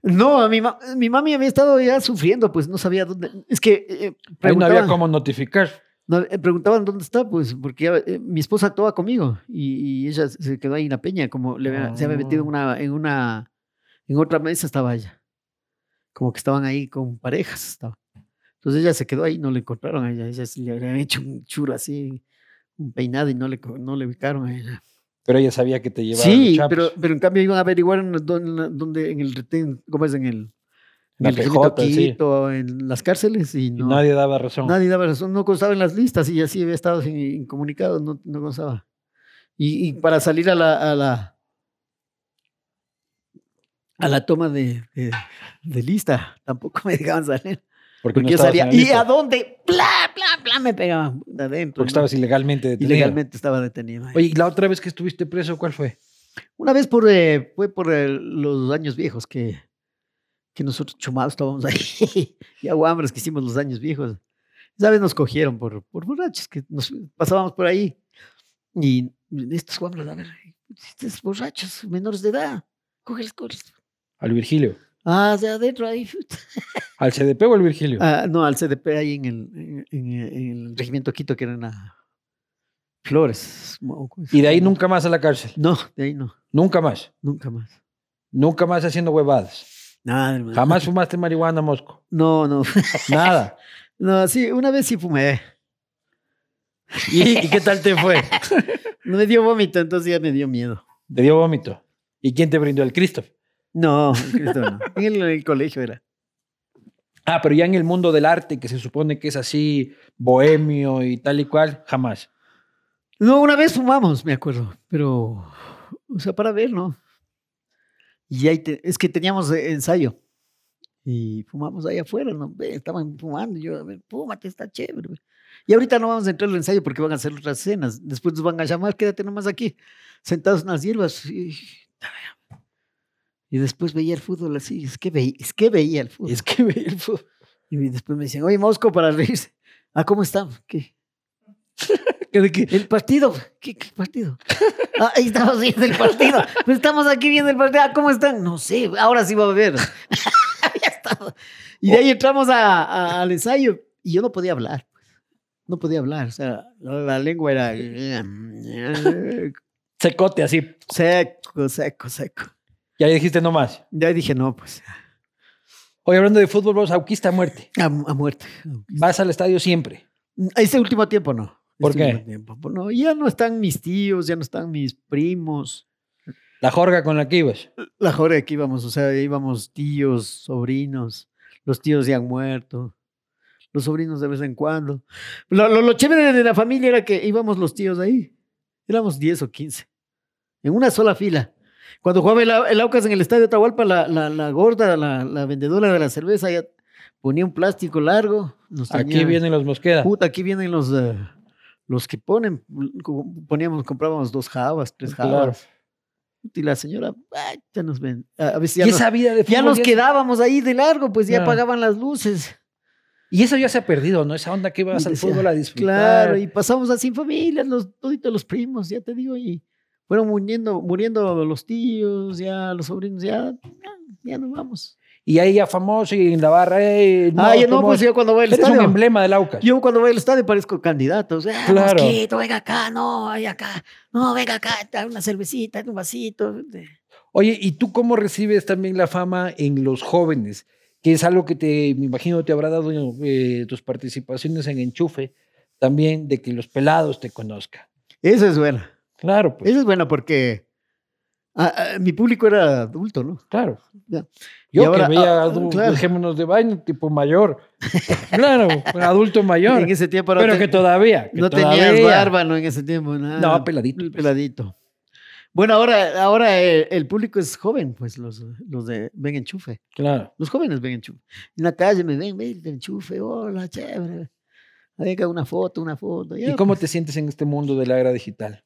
No, mi, ma- mi mami había estado ya sufriendo, pues no sabía dónde. Es que. eh, Ahí no había preguntaba- cómo notificar. No, eh, preguntaban dónde está, pues, porque ya, eh, mi esposa actuaba conmigo y, y ella se quedó ahí en la peña, como le había- se había metido en una, en una, en otra mesa estaba ella. Como que estaban ahí con parejas. Estaba. Entonces ella se quedó ahí, no la encontraron a ella, ella sí le habían hecho un churo así, un peinado y no le, co- no le ubicaron a ella. Pero ella sabía que te llevaba los Sí, chapos. pero, pero en cambio iban a averiguar en dónde, dónde- en el retén, ¿cómo es? En el, en La el regimiento PJ, sí. Quito, en las cárceles y Y no. nadie daba razón. Nadie daba razón, no constaba en las listas y así había estado sin- incomunicado, no, no constaba. Y, y para salir a la, a la a la toma de, de- de lista, tampoco me dejaban salir. porque no Porque yo estabas en salía, la ¿y lista, a dónde? Bla, bla, bla, me pegaban de adentro. Porque ¿no? estabas ilegalmente detenido. Ilegalmente estaba detenido. ahí. Oye, ¿y la otra vez que estuviste preso, cuál fue? Una vez por, eh, fue por eh, los años viejos que, que nosotros chumados estábamos ahí. y aguambres que hicimos los años viejos. Esa vez nos cogieron por, por borrachos que nos pasábamos por ahí. Y estos guambres, a ver, Estos borrachos, menores de edad. Cógeles, cógeles. Al Virgilio. Ah, de adentro ahí. ¿Al CDP o al Virgilio? Ah, no, al CDP ahí en el, en, en el regimiento Quito, que eran a Flores. o- o- Y de ahí nunca más a la cárcel. No, de ahí no, Nunca más. nunca más. Nunca más haciendo huevadas. Nada, hermano. Jamás fumaste marihuana, Mosco. No, no. Nada. No, sí, una vez sí fumé. ¿Y, y qué tal te fue? No me dio vómito, entonces ya me dio miedo. Te dio vómito. ¿Y quién te brindó el Cristo? No, Cristo, no. En el, en el colegio era. Ah, pero ya en el mundo del arte, que se supone que es así, bohemio y tal y cual, jamás. No, una vez fumamos, me acuerdo, pero, o sea, para ver, ¿no? Y ahí te- es que teníamos eh, ensayo y fumamos ahí afuera, ¿no? Ve, Estaban fumando, y yo, a ver, fúmate, está chévere. ve. Y ahorita no vamos a entrar al ensayo porque van a hacer otras cenas, después nos van a llamar, quédate nomás aquí, sentados en las hierbas. Y, y después veía el fútbol así, es que, veía, es que veía el fútbol. Es que veía el fútbol. Y después me decían, oye, Mosco, para reírse. Ah, ¿cómo están? ¿Qué? ¿Qué de qué? El partido. ¿Qué, qué partido? Ah, ahí estamos viendo el partido. Pues estamos aquí viendo el partido. Ah, ¿cómo están? No sé, ahora sí va a ver. Había estado. Y de ahí entramos a- a- al ensayo y yo no podía hablar. pues. No podía hablar. O sea, la, la lengua era Secote así. seco, seco, seco. Ya le dijiste nomás. De ahí dije, no, pues Hoy hablando de fútbol, vamos a Auquista a muerte. a, a muerte. Vas al estadio siempre. Este último tiempo no. ¿Por Este qué? último tiempo, pues, no, ya no están mis tíos, ya no están mis primos. La jorga con la que ibas. La jorge que íbamos, o sea, íbamos tíos, sobrinos, los tíos ya han muerto, los sobrinos de vez en cuando. Lo, lo- lo chévere de la familia era que íbamos los tíos ahí, éramos 10 o 15, en una sola fila. Cuando jugaba el, Au- el Aucas en el estadio de Atahualpa, la, la- la gorda, la, la vendedora de la cerveza, ya ponía un plástico largo. Nos Aquí tenía- vienen los Mosqueda. Puta, aquí vienen los, eh, los que ponen, como poníamos, comprábamos dos jabas, tres Pues Ah, Claro. jabas. Y la señora, ay, ya nos ven. A a veces Y ya, nos, esa vida de fútbol. ya nos ya- quedábamos ahí de largo, pues ya Claro. apagaban las luces. Y eso ya se ha perdido, ¿no? Esa onda que vas Y al decía, fútbol a disfrutar. Claro, y pasamos así en familia, los, toditos los primos, ya te digo, y fueron muriendo, muriendo los tíos, ya los sobrinos, ya, ya, ya nos vamos. Y ahí ya famoso y en la barra. "Ey, ah, ya Mosco, no, pues Mosco". yo cuando voy al Eres un estadio. emblema del Aucas. Yo cuando voy al estadio parezco candidato. O sea, "Ah, Claro. mosquito, venga acá, no, venga acá, no, venga acá, da una cervecita, un vasito. Oye, ¿y tú cómo recibes también la fama en los jóvenes? Que es algo que te, me imagino, te habrá dado eh, tus participaciones en Enchufe, también de que los pelados te conozcan. Eso es bueno. Claro, pues, Eso es bueno porque ah, ah, mi público era adulto, ¿no? claro. Ya. Yo Y ahora, que veía ah, adultos, claro. dejémonos de baño, tipo mayor. claro, un adulto mayor. En ese tiempo no pero te- que todavía. que no tenías todavía. barba, ¿no? En ese tiempo, nada. No, peladito, Muy pues. Peladito. Bueno, ahora, ahora eh, el, público es joven, pues los, los de Ven Enchufe. Claro. Los jóvenes ven Enchufe. En la calle me ven, ven Enchufe, hola, chévere. Ahí acá una foto, una foto. ¿Y ya, cómo te sientes en este mundo de la era digital?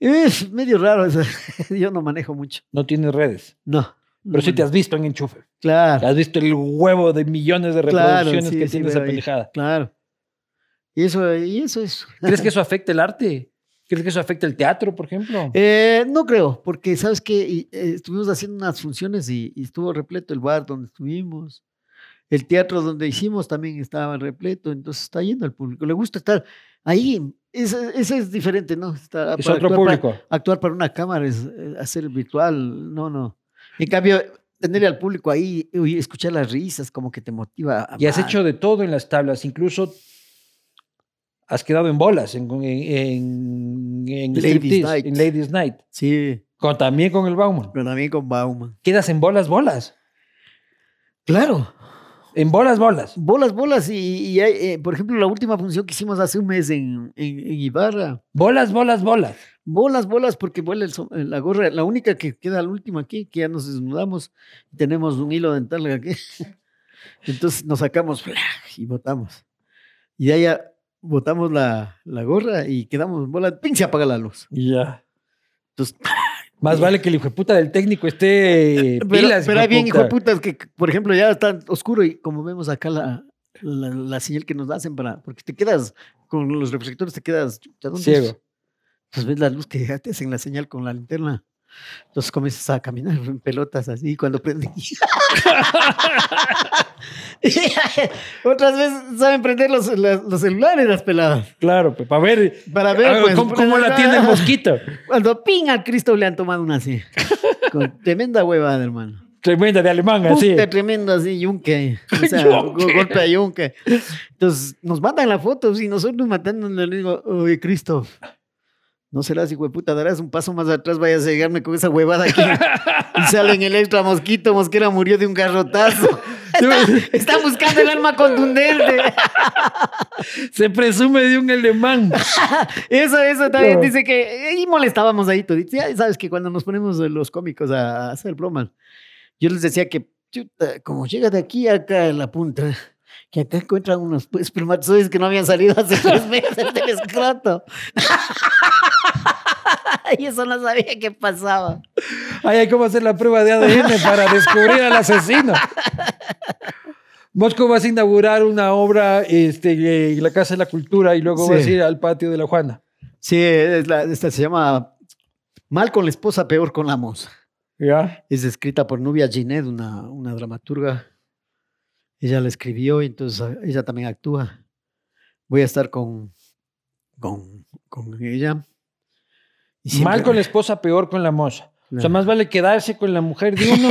Es medio raro eso. Yo no manejo mucho. No tienes redes, No. pero sí te manejo. has visto en Enchufe. Claro, Has visto el huevo de millones de Claro, reproducciones sí, que sí, tiene veo esa ahí. pendejada. claro. Y eso, y eso es. ¿Crees que eso afecta el arte? ¿Crees que eso afecta el teatro, por ejemplo? Eh, no creo, porque sabes que estuvimos haciendo unas funciones y, y estuvo repleto el bar donde estuvimos. El teatro donde hicimos también estaba repleto, entonces está yendo al público. Le gusta estar ahí. Ese ese es diferente, ¿no? Está- es para otro actuar para- público. actuar para una cámara es eh, hacer virtual, no, no. En cambio, tenerle al público ahí y escuchar las risas como que te motiva. a Ah, Y has más. hecho de todo en las tablas, incluso has quedado en bolas en, en, en- en Ladies striptease, Night. en Ladies Night. Sí, Con, también con el Bauman. pero también con Bauman. Quedas en bolas, bolas. Claro. En bolas, bolas. Bolas, bolas. Y, y hay, eh, por ejemplo, la última función que hicimos hace un mes en, en, en Ibarra. Bolas, bolas, bolas. Bolas, bolas, porque vuela el so- eh, la gorra. La única que queda la última aquí, que ya nos desnudamos. Tenemos un hilo dental aquí. Entonces nos sacamos ¡fla! y botamos. Y de ahí ya botamos la, la gorra y quedamos en bola. ¡Pin! Se apaga la luz. Ya. Entonces, Más vale que el hijo de puta del técnico esté pero, pilas. pero hay bien hijo de puta. putas que, por ejemplo, ya está oscuro y como vemos acá la, la, la señal que nos hacen para... Porque te quedas, con los reflectores te quedas... chuta, ¿dónde Ciego. es? pues ves la luz que ya te hacen la señal con la linterna. Entonces comienzas a caminar en pelotas así cuando prenden. Otras veces saben prender los, las- los celulares las peladas. Claro, pues, para ver, Para a ver ver pues, cómo, cómo la tiene el mosquito. Cuando ping al Cristo le han tomado una así. Con tremenda huevada, hermano. Tremenda de alemán, así. Puta, tremendo así, yunque. O sea, Yunque. go- golpe a yunque. Entonces, nos mandan la foto y nosotros matándonos le digo, oye, Cristo, no serás hijo de puta, darás un paso más atrás, vayas a llegarme con esa huevada aquí. y sale en el extra mosquito, mosquera murió de un garrotazo. Está buscando el arma contundente. Se presume de un alemán. Eso, eso Claro. también dice que. Y molestábamos ahí toditos. Ya sabes que cuando nos ponemos los cómicos a hacer bromas, yo les decía que, chuta, como llega de aquí a acá a la punta, que acá encuentran unos pues, espermatozoides que no habían salido hace tres meses del escroto. y eso no sabía qué pasaba. Ahí hay cómo hacer la prueba de ADN para descubrir al asesino. Mosco vas a inaugurar una obra este, en la Casa de la Cultura y luego Sí. vas a ir al patio de la Juana. Sí, es la- esta se llama Mal con la esposa, peor con la moza. ¿Ya? es escrita por Nubia Ginet, una, una dramaturga. Ella la escribió y entonces ah, ella también actúa. Voy a estar con, con, con ella. Y siempre- Mal con la esposa, peor con la moza. O sea, Claro. más vale quedarse con la mujer de uno.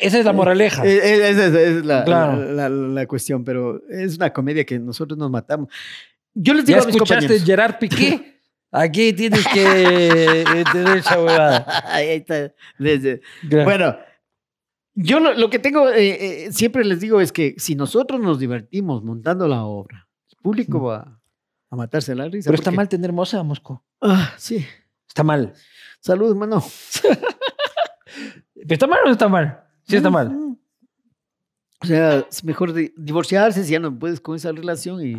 Esa es la moraleja. Eh, eh, Esa es, es la, Claro. la- la- la cuestión, pero es una comedia que nosotros nos matamos. Yo les ¿Ya digo a mis escuchaste compañeros. Gerard Piqué? Aquí tienes que eh, tener esa huevada. Ahí está, desde- Claro. Bueno, yo lo, lo que tengo, eh, eh, siempre les digo es que si nosotros nos divertimos montando la obra, el público va a matarse la risa. Pero está porque- mal tener moza, Mosco. Ah, sí. Está mal. Salud, hermano. ¿Pero ¿Está mal o no está mal? Sí, Mm, está mal. O sea, es mejor di- divorciarse si ya no puedes con esa relación. Y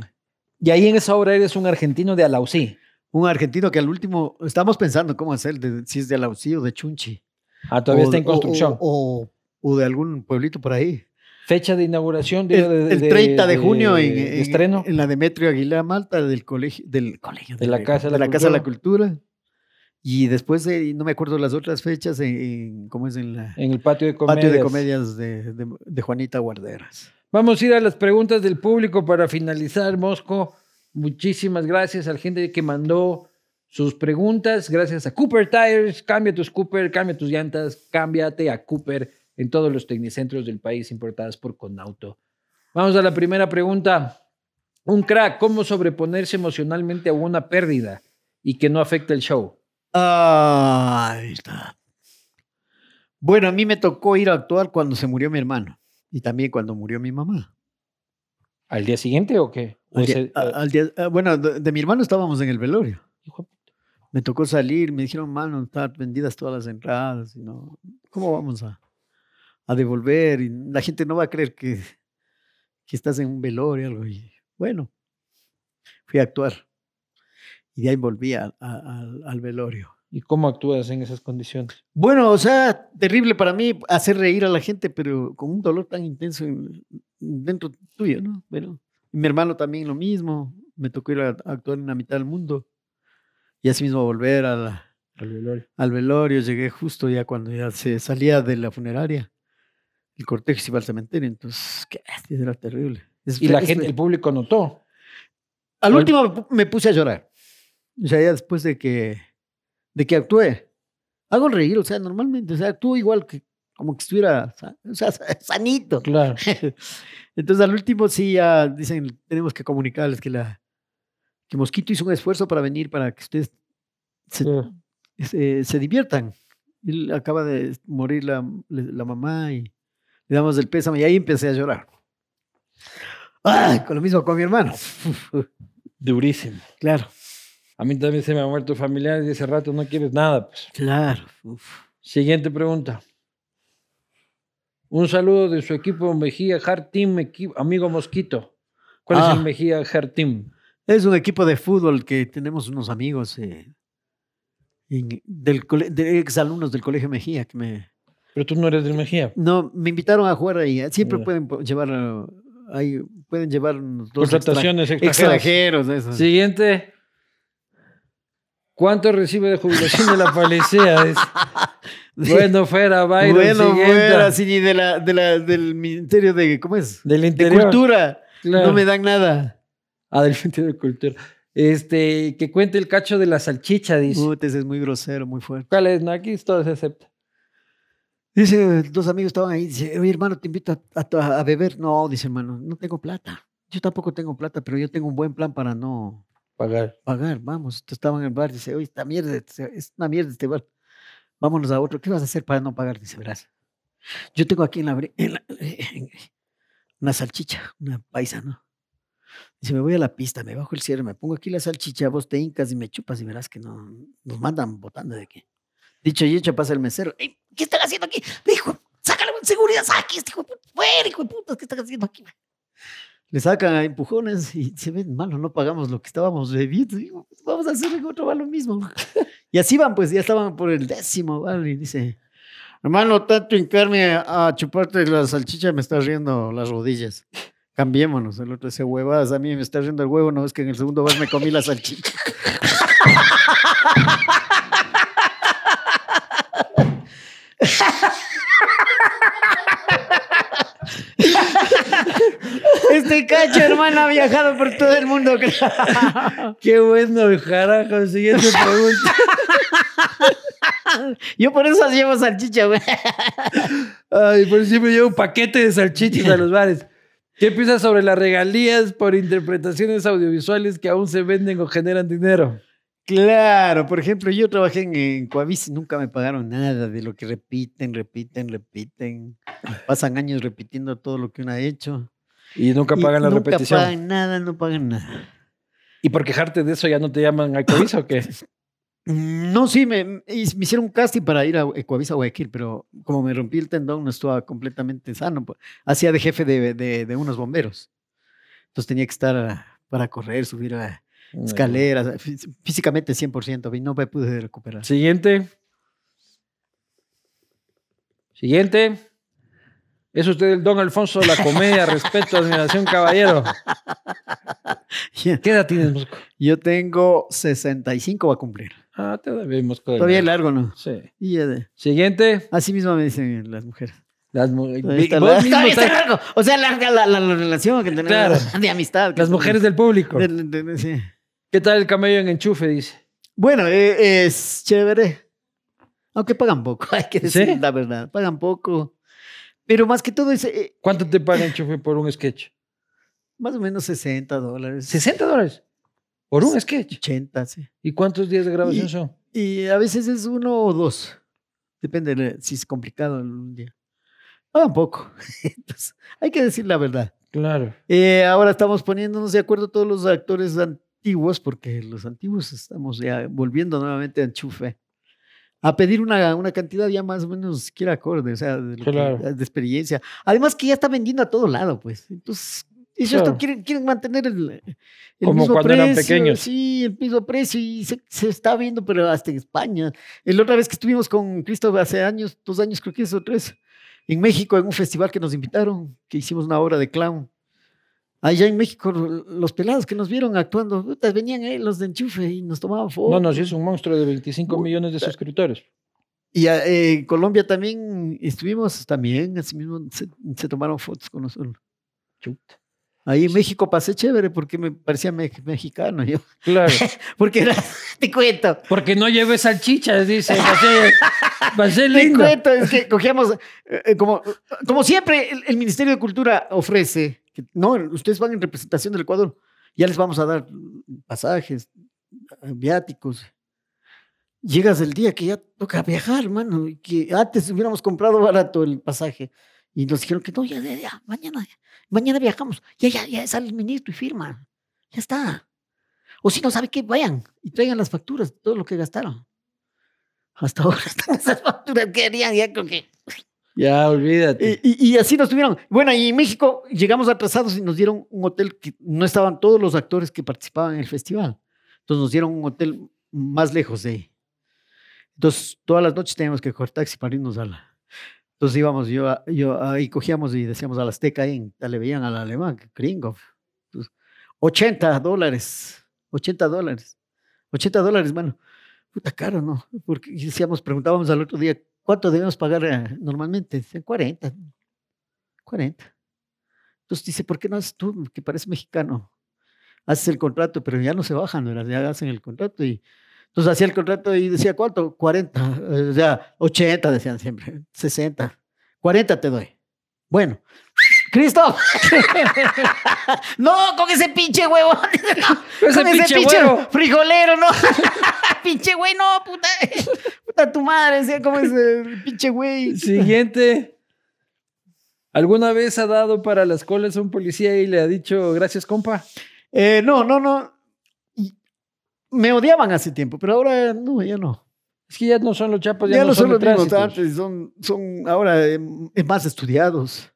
Y ahí en esa obra eres un argentino de Alausí. un argentino que al último estamos pensando cómo hacer, de- si es de Alausí o de Chunchi. Ah, todavía O- está en o- construcción. O, o- o de algún pueblito por ahí. Fecha de inauguración de, El, el 30 de, junio en, de en- estreno. en la Demetrio Aguilar Malta del colegio, del colegio De la Casa de la Casa de la Cultura. Y después, eh, no me acuerdo las otras fechas, en, en- ¿cómo es? En la en el patio de comedias. patio de comedias de, de- de Juanita Guarderas. Vamos a ir a las preguntas del público para finalizar, Mosco. Muchísimas gracias a la gente que mandó sus preguntas. Gracias a Cooper Tires. Cambia tus Cooper, cambia tus llantas, cámbiate a Cooper en todos los tecnicentros del país importadas por Conauto. Vamos a la primera pregunta. Un crack, ¿cómo sobreponerse emocionalmente a una pérdida y que no afecte el show? Ah, ahí está. Bueno, a mí me tocó ir a actuar cuando se murió mi hermano y también cuando murió mi mamá. ¿Al día siguiente o qué? ¿O Al día- ese- eh, a- al día- ah, bueno, de, de mi hermano estábamos en el velorio. Hijo de Me tocó salir, me dijeron, mano, están vendidas todas las entradas. y no, ¿Cómo vamos a, a devolver? Y la gente no va a creer que, que estás en un velorio o algo. Y bueno, fui a actuar. Y de ahí volví a- a- al- al velorio. ¿Y cómo actúas en esas condiciones? Bueno, o sea, terrible para mí hacer reír a la gente, pero con un dolor tan intenso en- dentro tuyo, ¿no? Bueno, y mi hermano también lo mismo, me tocó ir a, a actuar en la mitad del mundo y así mismo volver a la- Al velorio. al velorio, llegué justo ya cuando ya se salía de la funeraria, el cortejo se iba al cementerio, entonces, qué bestia, era terrible. Es Y fe- la es gente, fe- el público notó. al Bueno. último me pu- me puse a llorar. O sea, ya después de que, de que actué. Hago reír, o sea, normalmente, o sea, actúo igual que como que estuviera sa- o sea, sa- sanito. Claro. Entonces, al último sí ya dicen, tenemos que comunicarles que la que Mosquito hizo un esfuerzo para venir para que ustedes se, Claro. se, eh, se diviertan. Él acaba de morir la, la mamá y le damos el pésame y ahí empecé a llorar. ¡Ay! Con lo mismo con mi hermano. Durísimo. Claro. A mí también se me ha muerto familiar y ese rato no quieres nada. Pues. Claro. Siguiente pregunta. Un saludo de su equipo Mejía Hard Team, equi- amigo Mosquito. ¿Cuál Ah. es el Mejía Hard Team? Es un equipo de fútbol que tenemos unos amigos eh, en- del cole- de exalumnos del Colegio Mejía que me, Pero tú no eres del Mejía. no, me invitaron a jugar ahí. Siempre Ya. pueden po- llevar eh, ahí, pueden llevar unos dos extra- Contrataciones extranjeras. extranjeros. eso. Siguiente. ¿Cuánto recibe de jubilación de la policía? Dice, bueno, fuera, Byron. bueno, siguiente. bueno, así ni de la, de la, del Ministerio de, ¿cómo es? Del De interior. Cultura. Claro. No me dan nada. Ah, del Ministerio de Cultura. Este, que cuente el cacho de la salchicha, dice. Puta, ese es muy grosero, muy fuerte. ¿Cuál es? No, aquí todo se acepta. Dice, dos amigos estaban ahí, dice, oye hermano, te invito a, a- a beber. No, dice hermano, no tengo plata. Yo tampoco tengo plata, pero yo tengo un buen plan para no Pagar. pagar. Vamos, Entonces, estaban en el bar, dice, oye, esta mierda, este- es una mierda este bar. Vámonos a otro. ¿Qué vas a hacer para no pagar? Dice, verás. Yo tengo aquí en la, bre- en la- en- una salchicha, una paisa, ¿no? Dice, me voy a la pista, me bajo el cierre, me pongo aquí la salchicha, vos te hincas y me chupas y verás que no, nos mandan botando de aquí. Dicho y hecho, pasa el mesero. "Ey, ¿Qué están haciendo aquí? Dijo, sácale con seguridad, saque este hijo de puta, fuera, hijo de puta, ¿qué están haciendo aquí? Le sacan a empujones y se ven, mano, no pagamos lo que estábamos bebiendo. Digo, Vamos a hacer en otro bar lo mismo. Y así van, pues ya estaban por el décimo bar y dice, hermano, tanto hincarme a chuparte la salchicha me está riendo las rodillas. Cambiémonos, el otro dice huevadas, a mí me está riendo el huevo, no es que en el segundo bar me comí la salchicha. Este cacho, hermano, ha viajado por todo el mundo. Qué bueno, carajo. Siguiente pregunta. Yo por eso llevo salchicha, güey. Ay, por siempre llevo un paquete de salchichas a los bares. ¿Qué piensas sobre las regalías por interpretaciones audiovisuales que aún se venden o generan dinero? Claro, por ejemplo, yo trabajé en, en Coavis y nunca me pagaron nada de lo que repiten, repiten, repiten. Pasan años repitiendo todo lo que uno ha hecho. Y nunca Y pagan la nunca repetición. pagan nada, no pagan nada. ¿Y por quejarte de eso ya no te llaman al Covis o qué? Mm, No, sí, me, me his- me hicieron un casting para ir a Hue- Coavis a Guayaquil, pero como me rompí el tendón, no estaba completamente sano. pues, Hacía de jefe de, de- de unos bomberos. Entonces tenía que estar ah, para correr, subir a escaleras, ah, fí- físicamente 100%, y no me pude recuperar. Siguiente. Siguiente. Es usted el don Alfonso de la comedia, respeto, admiración, caballero. ¿Qué edad tienes, Mosco? Yo tengo 65 va a cumplir. Ah, te bien, Mosco. del Todavía Mar. largo, ¿no? Sí. Y ya de- Siguiente. Así mismo me dicen las mujeres. Las, mu- Todavía está vos largo. mismo Todavía está estás- largo. O sea, larga la, la- la relación que tenemos Claro. de amistad. que las tenemos. mujeres del público. De- de- de- sí. ¿Qué tal el camello en enchufe? Dice. Bueno, eh, es chévere. Aunque pagan poco, hay que ¿Sí? decir la verdad. Pagan poco. Pero más que todo es eh, ¿Cuánto te paga enchufe por un sketch? más o menos 60 dólares. 60 dólares. Por un sketch. 80, sí. ¿Y cuántos días de grabación Y- son? Y a veces es uno o dos. Depende de si es complicado el día. Pagan poco. Entonces, hay que decir la verdad. Claro. Eh, ahora estamos poniéndonos de acuerdo todos los actores antiguos, porque los antiguos estamos ya volviendo nuevamente a enchufe, a pedir una, una cantidad ya más o menos siquiera acorde, o sea, de, lo que- Claro. de experiencia. Además que ya está vendiendo a todo lado, pues. Entonces, ellos esto Claro. quieren, quieren mantener el, el Como mismo cuando precio. eran pequeños. Sí, el mismo precio y se, se está viendo, pero hasta en España. La otra vez que estuvimos con Cristo hace años, dos años creo que es o tres, en México, en un festival que nos invitaron, que hicimos una obra de clown. Allá en México, los pelados que nos vieron actuando, putas, venían eh, los de enchufe y nos tomaban fotos. No, no, sí es un monstruo de 25 Oh. Puta. millones de suscriptores. Y ah, eh, en Colombia también estuvimos, también, así mismo se, se tomaron fotos con nosotros. Chuta. Ahí en México pasé chévere porque me parecía me- mexicano yo. Claro. Porque era, te cuento, Porque no llevé salchichas, dice. Va a ser, va a ser te lindo. cuento, es que cogíamos, eh, eh, como, como siempre el, el Ministerio de Cultura ofrece, que, no, ustedes van en representación del Ecuador, ya les vamos a dar pasajes, viáticos. Llegas el día que ya toca viajar, hermano, y que antes hubiéramos comprado barato el pasaje. Y nos dijeron que no, ya, ya, ya, mañana, mañana viajamos, ya, ya, ya sale el ministro y firma, ya está. O si no sabe qué, vayan y traigan las facturas, todo lo que gastaron. Hasta ahora están esas facturas que harían, ya creo que Ya, olvídate. y, y- y así nos tuvieron. Bueno, y en México llegamos atrasados y nos dieron un hotel que no estaban todos los actores que participaban en el festival. Entonces nos dieron un hotel más lejos de ahí. Entonces todas las noches teníamos que coger taxi para irnos a la... Entonces íbamos, yo, a- yo ahí cogíamos y decíamos al Azteca, ahí en- le veían al alemán, que gringo. Entonces, 80 dólares, 80 dólares, 80 dólares, mano. puta caro, ¿no? Porque decíamos, preguntábamos al otro día, ¿cuánto debemos pagar eh, normalmente? Dicen 40. 40. Entonces dice, ¿por qué no haces tú, que parece mexicano? Haces el contrato, pero ya no se bajan, ¿verdad? Ya hacen el contrato y. Entonces hacía el contrato y decía, ¿cuánto? 40, eh, o sea, 80 decían siempre, 60. 40 te doy. Bueno, Cristo. no, con ese pinche huevo. Ese Con pinche güero. frijolero, ¿no? pinche güey, no, puta. Puta tu madre, sea como es el pinche güey. Siguiente. ¿Alguna vez ha dado para las colas a un policía y le ha dicho gracias, compa? Eh, no, no, no. Y Me odiaban hace tiempo, pero ahora no, ya no. Es que ya no son los chapas, Pues ya, Ya, no, no son los mismos ah, tránsitos. antes, son, son ahora eh, eh, más estudiados.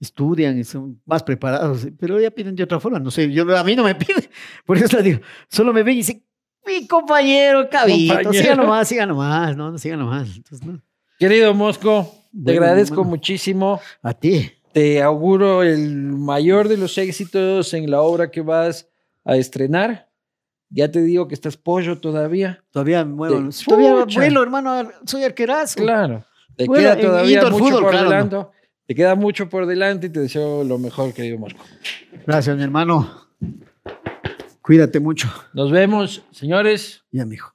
Estudian y son más preparados, eh, pero ya piden de otra forma. No sé, yo, a mí no me piden. Por eso les digo, solo me ven y dicen, mi compañero, cabito, Compañero. siga nomás, siga nomás, no, no siga nomás. Entonces, no. Querido Mosco, te Bueno, agradezco bueno. muchísimo. A ti. Te auguro el mayor de los éxitos en la obra que vas a estrenar. Ya te digo que estás pollo todavía. Todavía me muevo. Sí. Todavía Pucha. vuelo, hermano. ar- Soy arquerazo. Claro. Te Bueno, queda en todavía indoor mucho fútbol, por claro, delante. Te queda mucho por delante y te deseo lo mejor, querido Mosco. Gracias, mi hermano. Cuídate mucho. Nos vemos, señores. Ya, mijo.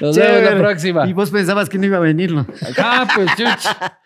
Nos vemos Chévere. la próxima. Y vos pensabas que no iba a venir, ¿no? Ah, pues chuch.